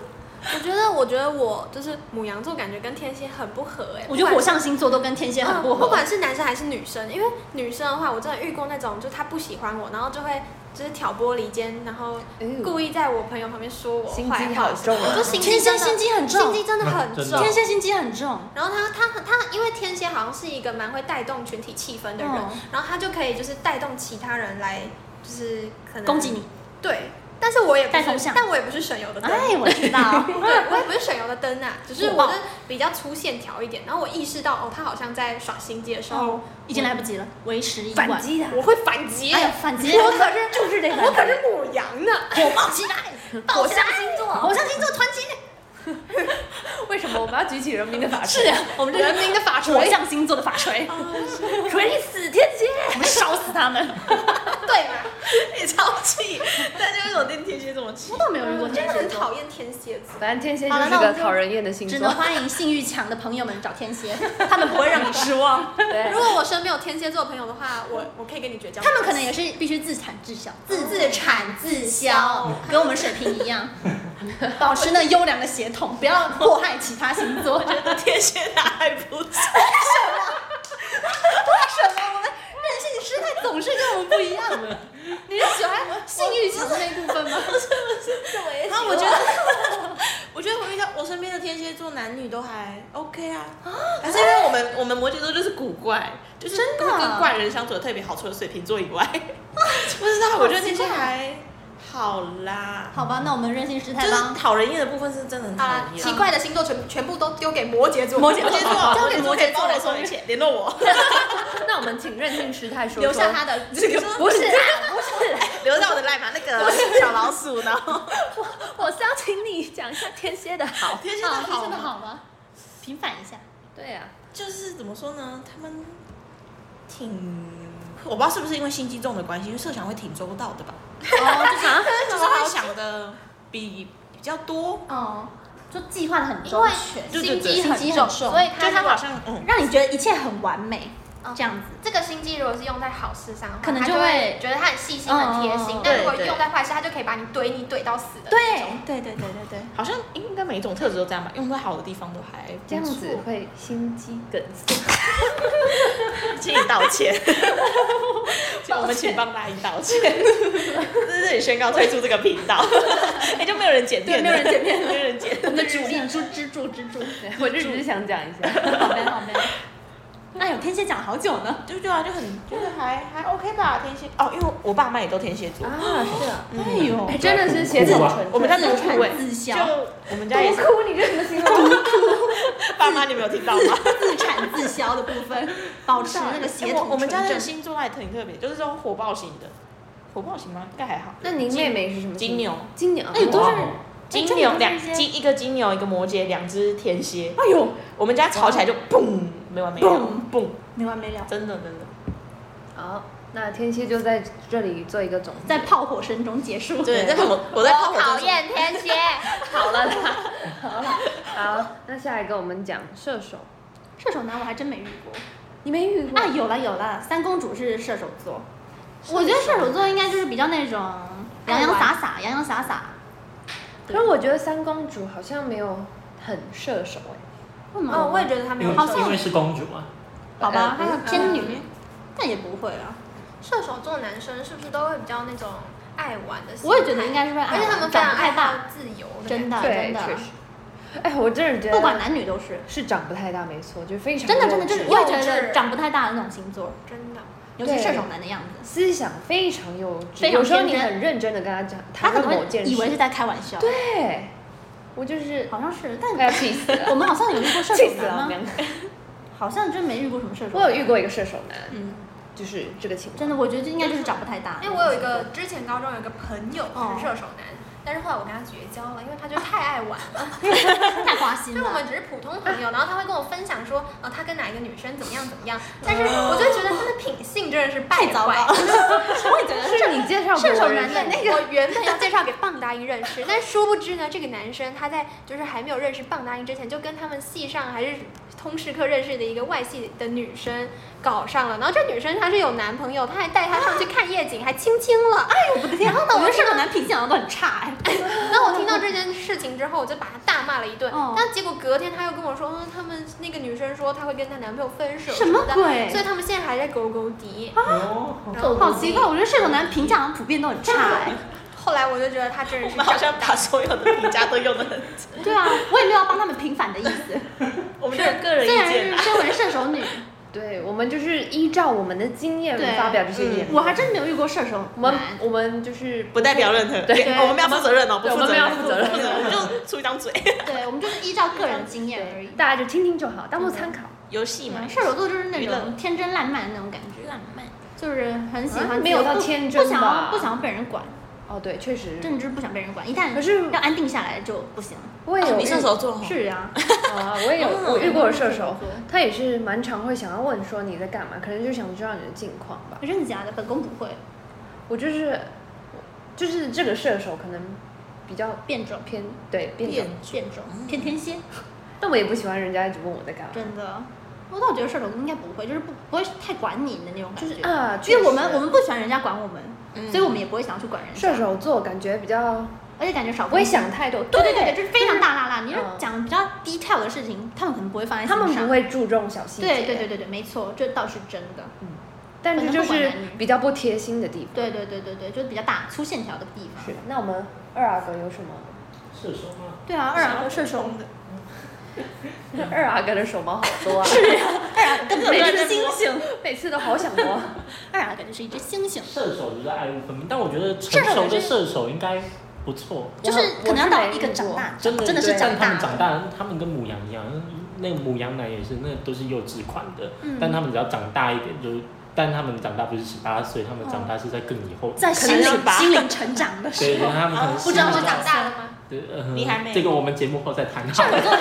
B: 我觉得，我觉得我就是母羊座，感觉跟天蝎很不合哎、
C: 我觉得
B: 不管
C: 火象星座都跟天蝎很不
B: 嗯不
C: 合。
B: 管是男生还是女生，因为女生的话，我真的遇过那种，就是他不喜欢我，然后就会就是挑拨离间，然后
D: 哎呦
B: 故意在我朋友旁边说我
D: 哎心
B: 坏
D: 机
B: 话
D: 好。重啊！
B: 心
C: 天蝎心机很重
B: 心，机真的很
E: 嗯真
B: 重
E: 的。
C: 天蝎心机很重。
B: 然后他他他，因为天蝎好像是一个蛮会带动群体气氛的人，
C: 嗯
B: 然后他就可以就是带动其他人来，就是可能
C: 攻击你。
B: 对，但是我也不
C: 带风向
B: 是，但我也不是省油的灯。
C: 哎，我知道。
B: 对，我也不是省油的
C: <laughs>
B: 灯啊，只是
C: 火爆
B: 我的比较粗线条一点。然后我意识到，哦，他好像在耍心机的时候，
C: 哦，已经来不及了，为时已晚。
D: 反击他，
B: 我会反击。
C: 哎呀，反击！
B: 我可是
C: 就是这个，
B: <laughs> 我可是母羊
C: <laughs>
B: 呢，
C: 火爆起来，火象星 <laughs> 座，火象星座团结。
D: 为什么我们要举起人民的法
C: 啊是呀， <laughs> 我们这
B: 人民的法
C: 火
B: 锤。
C: 象星座的法 <laughs> 锤，锤死天蝎，我们烧死他 <laughs> 们。
B: 对嘛？
A: 你超气，大家为什么对天蝎这么气？
C: 我倒没有遇过
B: 真
C: 天
B: 的
C: 蝎
B: 很
C: 座，
B: 讨厌天蝎座。
D: 反正天蝎就
C: 好了
D: 是
C: 那我
D: 个
C: 们就
D: 讨人厌的星
C: 只
D: 座
C: 能。欢迎性欲强的朋友们找天蝎， <laughs> 他们不会让你失望，
B: <laughs>
D: 对
B: 如，果我身边有天蝎座的朋友的话，我我可以跟你绝交。
C: 他们可能也是必须自产自销，自自产自销，跟我们水平一样， <laughs> 保持那优良的血统，不要祸害其他星 <laughs> 座。
A: 天蝎男还不错，
C: 什么？我们任性师态总是跟我们不一样。你是喜欢性欲强的那部
B: <laughs>
C: 分吗？
A: 然后我觉得，我觉得我遇到我身边的天蝎座男女都还 OK 啊，还是因为我们我们摩羯座就是古怪，就是
C: 真的
A: 跟跟怪人相处的特别好，除了水瓶座以外， <laughs> 不知道，我觉得天蝎还好啦，
C: 好吧，那我们任性师
A: 就
C: 态
A: 是
C: 帮
A: 讨人厌的部分是真的很
B: 好
A: 讨
B: 啦，啊
A: 厌。啊
B: 奇怪的星座全全部都丢给摩羯哦座。
A: 摩
B: <laughs>
A: 羯座，
C: 交给摩羯座
A: 来说一切，联络我，
D: 那我们请任性师太
C: <laughs>
D: 说
C: 留下
D: 说
C: 他的
A: 这个
D: 不是，
A: <laughs> 留在我的赖嘛，那个小老鼠，然后
D: 我是要请你讲一下天蝎的好。
A: <laughs> 天蝎
C: 好，
A: 好
C: 真的好吗？平反一下，
D: 对啊呀、
A: 就是怎么说呢，他们挺，我不知道是不是因为心机重的关系，因为设想会挺周到的吧，
C: 哦，就是
A: 就是会想的比比较多，
C: 哦，就计划的很
B: 因
C: 周
B: 为
C: 全，
A: 对
B: 心
A: 对对
B: 机很
C: 心机
B: 重，
C: 很重
B: 所以
A: 就
B: 他
A: 是
B: 他
A: 好像嗯，
C: 让你觉得一切很完美，这样子。
B: 哦这个心机如果是用在好事上的话，
C: 可能
B: 他
C: 就
B: 就
C: 会
B: 觉得他很细心、很贴心
C: 嗯嗯嗯；
B: 但如果
A: 对对
B: 用在坏事，他就可以把你怼你怼到死的。
C: 对，对，对，对，对，对。
A: 好像应该每一种特质都这样吧，用在好的地方都还不
D: 这样子
A: <laughs> 错，
D: 会心肌梗塞。
A: 请你道歉，请我们请帮大姨道歉，在 <laughs> 这里宣告退出这个频道， <laughs> 哎，就没有人剪片，
C: 对没有人剪片
A: <laughs> 没有人剪，
C: 我们的主力猪支柱支柱，
D: 对我就只是想讲一下，
C: 好呗好呗。哎呦，天蝎讲好久呢，
A: 就对啊，就很就是还还 OK 吧，天蝎哦，因为我爸妈也都天蝎座，
D: 啊，是啊，
C: 哎呦，
D: 哎，真的是写很纯
C: 啊
A: 我们家独
C: 自
A: 库哎
C: 产，自
A: 就
C: 销，
A: 我们家也是
D: 独哭，你这什么形容？
A: 爸妈，你没有听到吗？
C: 自产自销的部 <laughs> 分，保持那个协
A: 哎我
C: 同
A: 我们家
C: 纯
A: 的
C: 正
A: 星座还挺特别，就是这种火爆型的，火爆型吗？应该还好。
D: 那您妹妹是什么？
A: 金牛，
D: 金牛。
C: 哎都是
E: 哇哦
A: 金
C: 这
A: 牛
C: 里
A: 两
C: 不是一些
A: 金一个金牛，一个摩羯，两只天蝎。
C: 哎呦，
A: 我们家吵起来就嘣，没完没了，嘣，
C: 没完没了，
A: 真的真的。
D: 好，那天蝎就在这里做一个总结。
C: 在炮火声中结束。
A: 对，但是我我在看
B: 我讨
A: 我
B: 厌哦天 <laughs> 蝎，
D: 好了啦，好，那下一个我们讲射手。
C: 射手男我还真没遇过
D: 你没遇过
C: 啊，？有啦有啦，三公主是射手座，我觉得射手座应该就是比较那种洋洋洒洒，洋洋洒洒。
D: 可是我觉得三公主好像没有很射手哎。
C: 为什么？
B: 哦，我也觉得他没
E: 因
B: 有射
E: 为
C: 像
E: 因为啊是公主嘛，
C: 好吧，
D: 呃
C: 她是偏女
B: 嗯，
C: 但也不会啊。
B: 射手座男生是不是都会比较那种爱玩的心态？
C: 我也觉得应该是会爱玩
B: 而且他们非常
C: 长不太
B: 爱
C: 大
B: 好自由的感觉，
C: 真的，
D: 对
C: 真的
D: 确实。哎，我真是觉得
C: 不管男女都是，
D: 是长不太大，没错，就非常
C: 真的真的就是，
D: 幼稚
C: 我也觉
B: 幼
C: 得
B: 稚
C: 长不太大的那种星座，
B: 真的。
C: 尤其是
D: 对
C: 射手男的样子，
D: 思想非常幼稚，
C: 非常
D: 有时候
C: 天
D: 你
C: 真
D: 很认真的跟他讲
C: 他
D: 谈
C: 可
D: 论
C: 能
D: 某
C: 会
D: 件
C: 以为是
D: 事，
C: 在开玩笑，
D: 对，我就是
C: 好像是，
D: 快要
C: 但
D: 气死了，
C: 我们好像有遇过射
D: 气
C: 手
D: 死了，
C: 男
D: 我
C: 吗？
D: 们两个
C: 好像真没遇过什么射手，
D: 我有遇，过一个射手男，
C: 嗯，
D: 就是这个情况，
C: 真的，我觉得这应该就是长不太大，
D: 哎
B: 因为我有一个之前高中有一个朋友
C: 哦
B: 是射手男，但是后来我跟他绝交了，因为他就太爱玩了。
C: 太花心
B: 就是我
C: 了，
B: 们只是普通
C: 嗯
B: 朋友，然后他会跟我分享说，呃，他跟哪一个女生怎么样怎么样，但是我就觉得他的品性真的是败
C: 嗯太糟
B: 坏
C: 糕。我也觉得
D: 是你介绍给
B: 射
D: 我
B: 手
D: 认
B: 男
D: 识
B: 的那个，我原本要介绍给棒答音认识，但殊不知呢，这个男生他在就是还没有认识棒答音之前，就跟他们系上还是通识课认识的一个外系的女生搞上了。然后这女生她是有男朋友，她还带他上去看夜景，还亲亲
C: <laughs>
B: 了。哎呦我的天！然后呢，
C: 我
B: 我
C: 觉得
B: 就
C: 射手男脾气好像都很差哎。
B: 那我听到这件事情之后，我就把他大骂了一顿。
C: 哦
B: 但结果隔天他又跟我说，嗯，他们那个女生说她会跟她男朋友分手
C: <laughs> 什么
B: 的
C: 鬼
B: 所以他们现在还在勾勾底。
E: 哦，
B: 然后
C: 好奇怪，我觉得射手男评价好像普遍都很差哎。
B: 后来 <laughs> 我就觉得他真的
A: 我
B: 是
A: 们好像把所有的评价都用的很，
C: 对啊，我也没有要帮他们平反的意思。
A: 我们就是个人
C: 虽
A: 意
C: 然
A: 见
C: 是
A: 啦。
C: 身为射手女，
D: 对我们就是依照我们的经验
C: 对
D: 发表这些言
A: 嗯
D: 论，
C: 我还真没有遇过射手
D: 我们
C: 男。
D: 我们就是
A: 不代表任何，
D: 对
A: 我们不要负责任哦，不
D: 对我
A: 负责
D: 们不要
A: 任，
D: 负责
A: <laughs>
D: 任 <laughs>
A: 不我们就出一张嘴。
C: 对，我们就是依照个人经验而已。
D: 大家就听听就好，当做参
C: 嗯
D: 考。
A: <laughs> 游戏嘛，
C: 射手座就是那
A: 娱乐
C: 种天真烂漫的那种感觉，烂漫就是很喜
D: 啊
C: 欢自由、
D: 没有到
C: 不
D: 天真
C: 不想
D: 吧
C: 要不想要被人管，
D: 哦，对，确实，
C: 政治不想被人管，一旦
D: 可是
C: 要安定下来就不行。
D: 我也有
A: 你射
D: 遇
A: 手座哦，
C: 是
D: <laughs>
C: 啊，
D: 啊，我也有我遇过射手
C: 嗯，
D: 他也是蛮常会想要问说你在干嘛，可能就想知道你的近况吧。
C: 可是你假的，本宫不会
D: 我就是，就是这个射手可能比较
C: 变种，
D: 偏对变
C: 变
D: 种，
C: 变种，偏天蝎，
D: 但我也不喜欢人家一直问我在干嘛。
C: 真的。我倒觉得射手应该不会，就是不不会太管你的那种感觉。
D: 啊，
C: 因为我们
D: 确实
C: 我们不喜欢人家管我们，
A: 嗯
C: 所以我们也不会想要去管人家。
D: 射手座感觉比较
C: 而且感觉少
D: 不会想太多，
C: 对对对，就是非常大大大，你就
D: 嗯
C: 讲比较 detail 的事情，他们可能不会放在心
D: 他
C: 上。
D: 们不。会注重小细节，
C: 对对对，对对，没错，这倒是真的。
D: 但这就
C: 可能不
D: 是
C: 管男女
D: 比较不贴心的地方。
C: 对对对对对，就是比较大粗线条的地方。
D: 是，那我们二阿哥有什 <laughs> 么？
E: 射手吗？
C: 对啊，二阿哥射手，
A: 的，
D: 二阿哥的手毛好多啊，
C: 二阿哥根本就是星星，
D: <laughs> 每次都好想
C: <laughs>
D: 摸。
C: 二阿哥就是一只星星，
E: 射手就是爱物分明，但我觉得成熟的射手应该不错，
C: 就是可能要到一个长大，
E: 真的
C: 真的是长
E: 但他
C: 大
E: 们。长大，他们跟母羊一样，那个母羊男也是，那都是幼稚款的，
C: 嗯
E: 但他们只要长大一点，就但他们长大不是十八岁，他们长大是在更以后，
C: 在心
A: 可能要
C: 灵
A: 吧
C: 心灵成长的
E: 对，
C: 时候，
E: 他们可能
C: 不知道
E: 心
C: 我
E: 里
C: 长大了吗？
E: 对，呃
A: 你还没
E: 这个我们节目后再谈好了。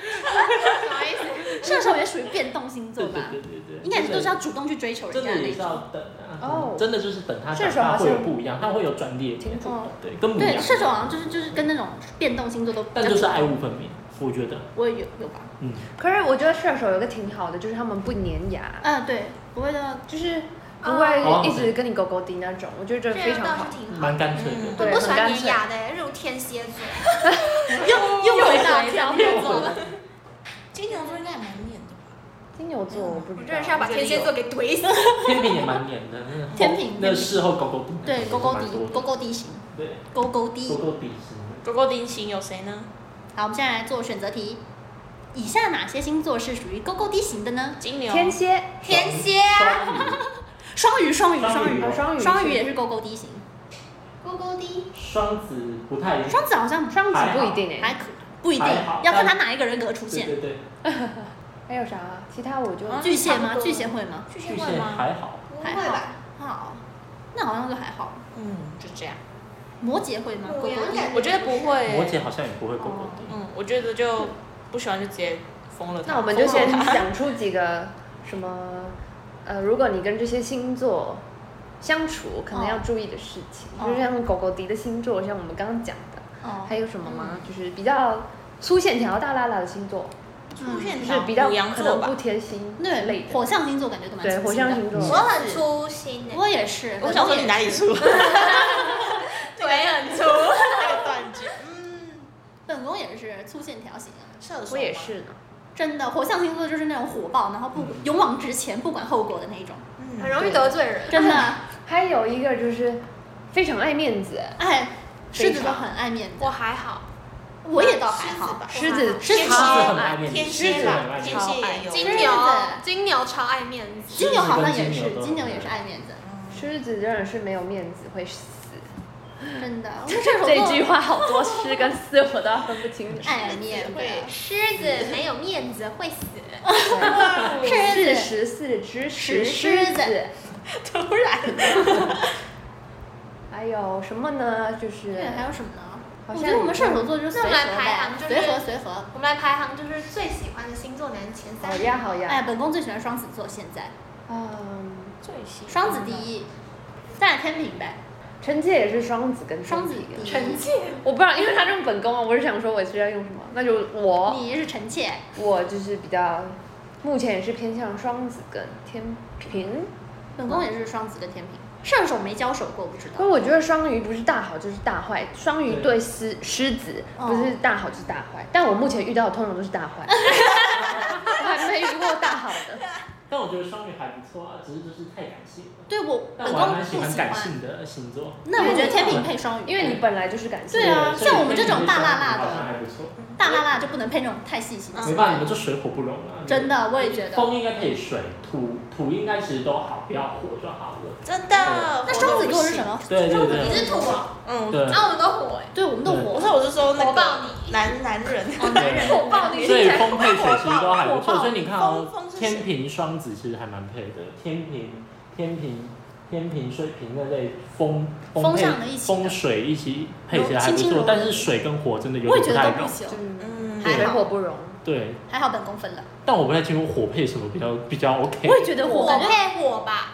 C: <laughs> 射手也属于变动星座
E: <laughs> 对
C: 吧
E: 对，对对对，
C: 应该是都是要主动去追求人
E: 真
C: 家
E: 的
C: 的
E: 也
C: 那
E: 是
C: 种。
E: 要等啊，
D: 哦
E: 真的就是等他
D: 射
E: 长
D: 手
E: 大
D: 好像
E: 会有不一样，他会有转捩点
D: 挺，主
C: 哦，
E: 对，跟母
C: 对，
E: 羊，
C: 射手好像就是就是跟那种变动星座都比较
E: 但就是爱物分明，我觉得，
C: 我也有有吧？
E: 嗯，
D: 可是我觉得射手有个挺好的，就是他们不粘牙，
C: 嗯，对，不会的，嗯
D: 就是不
E: 哦
D: 会一直跟你勾勾滴那种，我觉得这
C: 啊
B: 这
D: 非
B: 样
D: 常
B: 倒
D: 好
B: 是。
C: 嗯
B: 挺好。
E: 蛮干脆的。
B: 我
D: 对
B: 不喜欢
D: 很干
B: 粘
D: 脆
B: 牙的，入天蝎座，
C: 又又回到天蝎座了。
A: 金牛座应该也蛮黏的吧？
D: 金牛座我不
B: 我
D: 知
B: 真的
D: 道
B: 是，要把天蝎座给怼死。
E: <laughs> 天平也蛮黏的，那后
C: 天平
E: 那事后狗狗底，
C: 对，勾勾
E: 蛮
C: 低
E: 多，的
C: 勾勾低型，
E: 对，
C: 勾勾
E: 狗
C: 低。
E: 狗底是
A: 狗狗丁型有谁呢？
C: 好，我们现在来做选择题。以下哪些星座是属于勾勾低型的呢？
A: 金牛、
D: 天蝎、
B: 天蝎
E: 啊，
C: 双鱼，双鱼，
E: 双
C: 双鱼，
E: 鱼
D: 双鱼、
C: 双鱼也是勾勾低型。
B: 勾勾滴，
E: 双子不太，
C: 双子好像双子
E: 还
D: 不
E: 好
D: 一定哎。
C: 还可不一定
E: 还好，
C: 要看他哪一个人格出
E: 对
C: 现。
E: 对对，
D: 还有啥啊？其他我就
A: 啊
C: 巨蟹吗
A: 差？不多
C: 巨蟹会吗？
A: 巨
E: 巨蟹？还好，
B: 不
C: 还
B: 会
C: 好
B: 吧？，
C: 好，那好像就还好。
A: 嗯，就这样。
C: 摩羯会吗？勾
B: 母羊
C: 勾低
B: 感。
A: 嗯我觉得不会
E: 摩
A: 欸，
E: 羯好像也不会狗狗底。
C: 哦
A: 嗯，我觉得就不喜欢就直接封了它。
D: 那我们就
A: 封
C: <laughs>
A: 了
D: 先想出几个什么，呃，如果你跟这些星座相处，
C: 嗯
D: 可能要注意的事情，
C: 哦
D: 就是像狗狗迪的星座，像我们刚刚讲的，
C: 哦，
D: 还有什么吗？就是比较粗线条、大拉拉的星座，
B: 嗯
A: 出
C: 嗯
A: 现
D: 就是
A: 条
D: 比较
A: 母羊
D: 可
A: 座
D: 能
A: 吧
D: 不，贴心那类
C: 对，
D: 的。
C: 火象星座感觉都蛮
D: 对，
C: 清
D: 火
C: 晰的
D: 象星座，
B: 我很粗心的，
C: 我也是，
A: 我想说你哪里出？
B: 腿很粗。
A: <laughs> 那个断句。
C: 本宫也是粗线条型啊，
A: 射手
D: 我也。是呢。
C: 真的，火象星座就是那种火爆，然后不勇往直前，不管后果的那一种，
B: 很
A: 嗯，
B: 容易得罪人。
C: 真的，
D: 还有一个就是非常爱面子，
C: 哎，狮子座
D: 非常
C: 很爱面子嗯
B: 我，还好，
C: 我也倒还好，
D: 狮子
E: 狮子很爱面子，
A: 天
E: 狮
A: 蝎
E: 子很
A: 吧，
E: 爱面
A: 天
E: 子，
A: 蝎也有。
B: 金牛，金牛超爱面子，
C: 金牛好像也
E: 狮子
C: 是，
E: 跟
C: 金
E: 金
C: 牛
E: 牛都
C: 也是爱面子，
D: 狮子真的是没有面子会死。
C: 真 <laughs> 的。我们射手
D: 这
C: 座
D: 句话好多诗跟思我都要分不清楚。
C: 爱面子，
A: 会
B: 狮子没有面子会死。
D: 四
C: 狮子
D: 十四只石
C: 石
D: 哎狮
C: 狮
D: 子
C: 子，
A: 突然，
D: 还有什么呢？就是
C: 对，还有什么呢？我
D: 好像
C: 觉得我们射手座就是随和
B: 那我们来排
C: 吧
B: 行，就是
C: 随和随和。
B: 我们来排行，就是最喜欢的星座男前三
D: 好
B: 名。
D: 呀好
C: 哎，
D: 呀，
C: 本宫最喜欢双子座，现在
D: 嗯，
A: 最喜欢
C: 双子第一，再来天平呗，
D: 臣妾也是双子跟
C: 双子
D: 一
C: 第
D: 个，
C: 一，
D: 我不知道，因为他用本宫啊，我是想说我是要用什么，那就我
C: 你是臣妾，
D: 我就是比较，目前也是偏向双子跟天
C: 嗯
D: 平，
C: 本宫也是双子跟天平，射手没交手过，不知
D: 可
C: 道。
D: 我觉得双鱼不是大好就是大坏，双鱼对狮狮子
C: 哦
D: 不是大好就是大坏，但我目前遇到的通常都是大坏，我还没遇过大好的。
E: 但我觉得双鱼还不错啊，只是就是太感性了。
C: 对我
E: 但
C: 本
E: 我还
C: 宫
E: 蛮
C: 不
E: 喜
C: 喜
E: 欢
C: 欢
E: 感，性的星座。
C: 那我觉得天平配双鱼，
D: 因为你本来就是感性
C: 对
D: 的，
C: 啊
E: 所以
C: 像我们这种大辣辣的嗯
E: 好像还不错。
C: 大辣辣就不能配那种太细心的。嗯
E: 没办法，你们这水火不容啊。
C: 真的，我也觉得。
E: 风应该可以水，土土应该其实都好，不要火就好了。
A: 真的。
C: 那双子座是什
A: 么？
C: 么？
E: 对对
B: 你
E: 对
B: 是土哦，
A: 嗯，
E: 对。
B: 那我们都火哎，
C: 对，我们的
E: 对
C: 火
A: 不是，我是哦说那
B: 火爆
A: 个
B: 你。
A: 男男人，
E: 对，
D: 暴力
E: 所以风配水其实都还不
A: 火
E: 错，
A: 爆
E: 所以你看
A: 风
E: 哦
A: 风，是水
E: 天平、双子其实还蛮配的，天平、天平、天平、水平那类风
C: 风
E: 配
C: 向的一起的
E: 风水一起配起来还
C: 轻
E: 不
C: 轻柔
E: 错
C: 柔，
E: 但是水跟火真的有
C: 我也
E: 点
C: 觉
E: 不
C: 得
E: 太
C: 都不
E: 懂。
C: 行，
D: 嗯，
A: 嗯，
C: 还
D: 水
C: 好
D: 火不容。
E: 对，
C: 还好本宫分了。
E: 但我不太清楚火配什么比较比较 OK。
C: 我也觉得火，
B: 火
C: 感觉
B: 配火吧，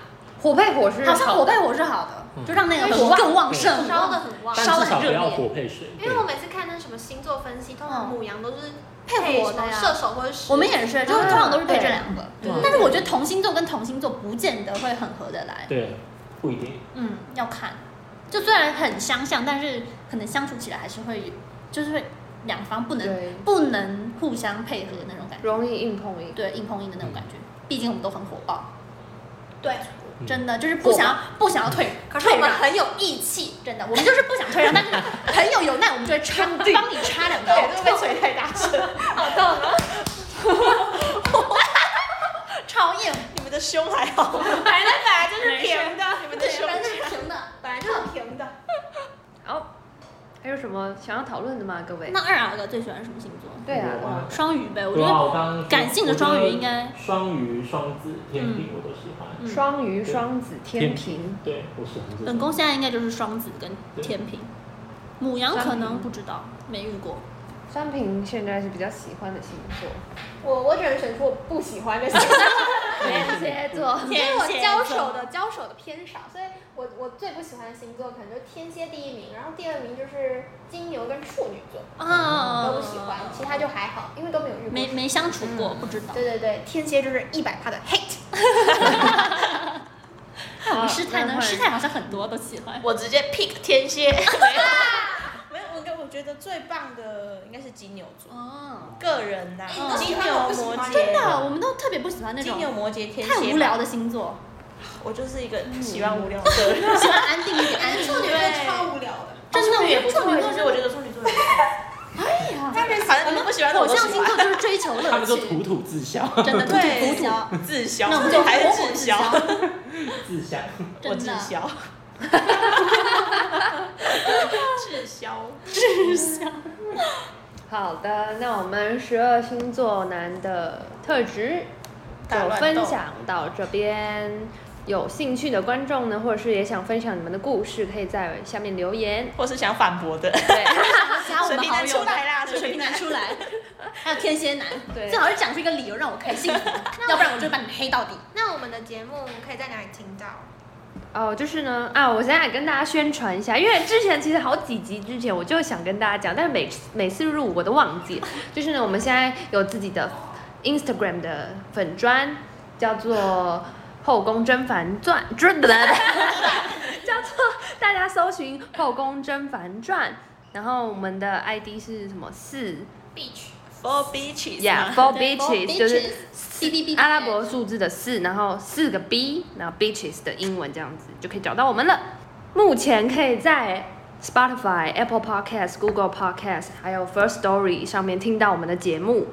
D: 火配火是
C: 好像火
D: 配
C: 配火是好的，
E: 嗯
C: 就让那个
D: 因为
C: 火
D: 火
C: 更旺盛，嗯
B: 烧的很旺。
E: 但
C: 烧得
E: 至少
C: 很
E: 不
C: 热
E: 要
C: 烈
E: 火配水，
B: 因为我每次看那什么星座分析，通
C: 嗯
B: 常母羊都是
C: 配嗯火
B: 什
C: 的
B: 么
C: 呀。
B: 射手或者狮子
C: 我们也是，就是通常都是配这两个，
E: 对
C: 但是我觉得同星座跟同星座不见得会很合得来，
E: 对，不一定。
C: 嗯，要看，就虽然很相像，但是可能相处起来还是会有，就是会两方不能
D: 对，
C: 不能互相配合那种感觉，
D: 容易硬碰硬。
C: 对，硬碰硬的那种感觉，毕竟我们都很火爆，
B: 对，
E: 嗯
C: 真的就是不想要不想要退，
B: 可是我
C: 退
B: 们
C: 让，
B: 很有义气，
C: 真的，我们就是不想退
B: <laughs>
C: 让，但是朋友有难，我们就会插帮你插两刀，
A: 被锤太大声，
C: 好痛啊！超硬，
A: 你们的胸还
C: <laughs>
A: 好吗？
B: 反正本来就是平的，
A: 你们的胸
C: 反正是平的。
B: 本来就是平的。
D: 好，还有什么想要讨论的吗？各位？
C: 那二阿哥最喜欢什么星座？
D: 对啊，
E: 我啊
C: 双鱼呗，我觉
E: 对啊，
C: 得
E: 我刚刚说
C: 感性的双鱼应该
E: 我觉得双鱼、双子、天平我都喜欢。
C: 嗯
D: 双鱼、
E: 对
D: 双子、天平，
E: 对，我喜欢这
C: 本
E: 种。
C: 宫现在应该就是双子跟天平，母羊可能不知道，没遇过。
D: 双平现在是比较喜欢的星座。
B: 我我只能选出我不喜欢的
C: <laughs>
B: 星座，
D: 天蝎座，
B: 因为我
C: 天蝎
B: 交
C: 座
B: 手的交手的偏少，所以我我最不喜欢的星座可能就是天蝎第一名，然后第二名就是金牛跟处女座
C: 啊，
B: 嗯都不喜欢，其他就还好，因为都没有遇过。
C: 没没相处过，不知道。
B: 对对对，天蝎就是一百趴的 hate，
C: 那我们师太呢？
D: 那会儿
C: 师太好像很多都喜欢。
A: 我直接 pick 天
C: <laughs>
A: 蝎。没有，我跟我觉得最棒的应该是金牛座，
C: 哦，
A: 个人呐、
B: 嗯
A: 金牛摩羯，
C: 真的，我们都特别不喜欢那
A: 金
C: 种
A: 牛摩羯天蝎，
C: 太无聊的，星座，
A: 我就是一个喜欢无聊的人。
C: 喜欢安定一点，安定一点。
B: 无聊的。
C: 真的，
A: 处女也
C: 我
A: 不
C: 处
A: 错，
C: 女
A: 其
C: 座
A: 实
C: 是
A: 我觉得处女座也不错，
C: 嗯哎呀
A: 但是反正你们不喜欢的
C: 火
A: 我都
C: 象
A: 喜
C: 星座
A: 欢。
C: 就是追求
E: 他
C: 乐
E: 们就
C: 趣，
E: 土土自相，
C: 真的土
A: 对
C: 土土土。
A: 自销，
C: 那我们就
A: 还
C: 火
A: 是
C: 火
A: 自
C: 自
A: 销，
C: 销
E: 自相。
A: 我
C: 真
A: 自
C: 的 <laughs>
A: 销，滞销，
D: 好的，那我们十二星座男的特质
A: 大
D: 就
A: 乱斗
D: 分享到这边。有兴趣的观众呢，或者是也想分享你们的故事，可以在下面留言。
A: 或是想反驳的，
D: 对，
C: 加我
A: 水
C: 们
A: 瓶
C: 好
A: 男
C: 友
A: 出
C: 的
A: 来啦，
C: 水
A: 水
C: 瓶
A: 瓶
C: 男
A: 男
C: 出来，还有天蝎男，
D: 对
C: 最好是讲出一个理由让我可以信服，要不然我就把你黑到底。
B: 那我们的节目可以在哪里听到？
D: 哦，就是呢，啊，我现在跟大家宣传一下，因为之前其实好几集之前我就想跟大家讲，但是每次每次录我都忘记了。就是呢，我们现在有自己的 Instagram 的粉砖，叫做《后宫甄嬛传》，真的， <laughs> 叫做大家搜寻《后宫甄嬛传》，然后我们的 ID 是什么四
A: Four Beaches，
D: Yeah
A: 吗
D: Four
C: 对 four
D: Beaches，就是
C: bitches，
D: 四
C: B B B
D: 阿拉伯数字的四，然后四个 B，然后 bitches 的英文这样子就可以找到我们了。目前可以在 Spotify、Apple Podcast、Google Podcast 还有 First Story 上面听到我们的节目。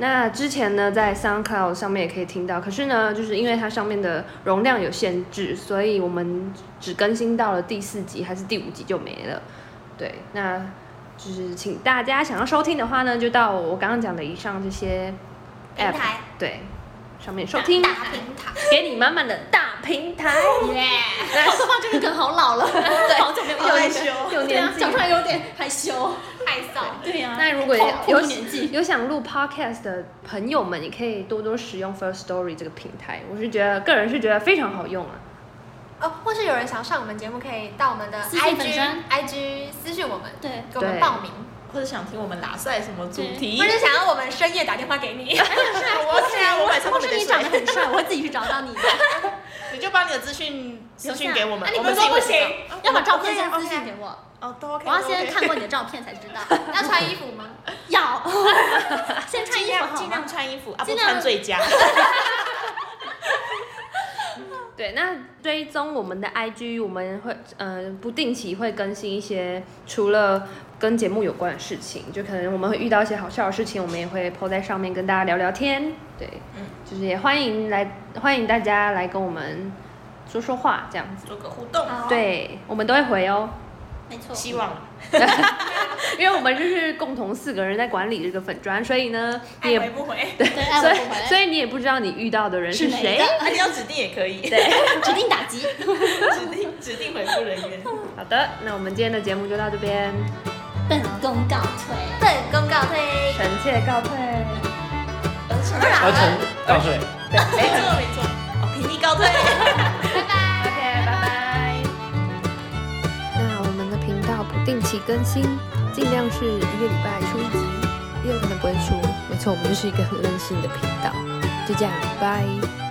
D: 那之前呢，在 SoundCloud 上面也可以听到，可是呢，就是因为它上面的容量有限制，所以我们只更新到了第四集还是第五集就没了。对，那就是请大家想要收听的话呢，就到我刚刚讲的以上这些
B: 平
D: app
B: 台
D: 对上面收听，
B: 大平台，
D: 给你满满的大平台。
C: <laughs> 说话这个梗好老了，好久没有
A: 害
C: 害
A: 羞
C: 羞，
D: 有
C: 对啊
D: 年，纪
C: 讲出来有点害羞。
B: 害臊。
C: 对呀、
D: <laughs> 那如果
C: 透透
D: 有
C: 露年纪，
D: 有想录 podcast 的朋友们，也可以多多使用 First Story 这个平台。我是觉得，个人是觉得非常好用啊。
B: 哦，或是有人想上我们节目，可以到我们的
C: 私信粉
B: IG
C: 专
B: IG 私信我们，
C: 对，
B: 给我们
D: 对
B: 报名，
A: 或者想听我们打赛什么主题
B: 或？者想要我们深夜打电话给你。
A: <laughs> 我是啊，我晚上
C: 或
A: 都没
C: 是
A: 得
C: 你长得
A: 睡，
C: 很帅，我会自己去找到 <laughs> 你的，
A: 你就把你的资讯私讯给我们
B: 啊，你
A: 我
B: 不
A: 们
B: 是
A: 自己
B: 说不
A: 会知道
B: 行？
C: 要把
B: <laughs>
C: 照片先私信给我，
A: 哦，都 OK，
C: 我要先
A: 都 OK
C: 看过你的照片才知 <laughs> 道。
B: 要穿衣服吗？
C: 要， <laughs> 先穿
A: 尽
C: 衣服
A: 量
C: 好
A: 尽
C: 吗
A: 量？穿衣服啊，不
C: 尽量
A: 穿最佳。
D: 对，那追踪我们的 IG，我们会呃不定期会更新一些除了跟节目有关的事情，就可能我们会遇到一些好笑的事情，我们也会 PO 在上面跟大家聊聊天。对，就是也欢迎来欢迎大家来跟我们说说话，这样子。
A: 做个互动，
B: 好，
D: 对，我们都会回哦，
C: 没错，
A: 希望
D: 因为我们就是共同四个人在管理这个粉砖，所以呢，你
A: 爱
D: 也
A: 回不回，
C: 对，爱
D: 所
C: 哎我
D: 以
C: 不回来，
D: 所以你也不知道你遇到的人
C: 是
D: 谁啊
C: 哪。
A: <laughs> 那你要指定也可以，
C: 指定打 <laughs> 击，
A: <laughs> 指定指定回复人员。 <laughs>
D: 好的，那我们今天的节目就到这边，
C: 本宫告退。
B: 本公告推。
D: 臣妾告退。
E: 而成倒水。
A: 没错没错，哦，平地告退。
D: OK，拜拜。那我们的频道不定期更新，尽量是一个礼拜出一集，也有可能不会出。没错，我们就是一个很任性的频道。就这样，拜。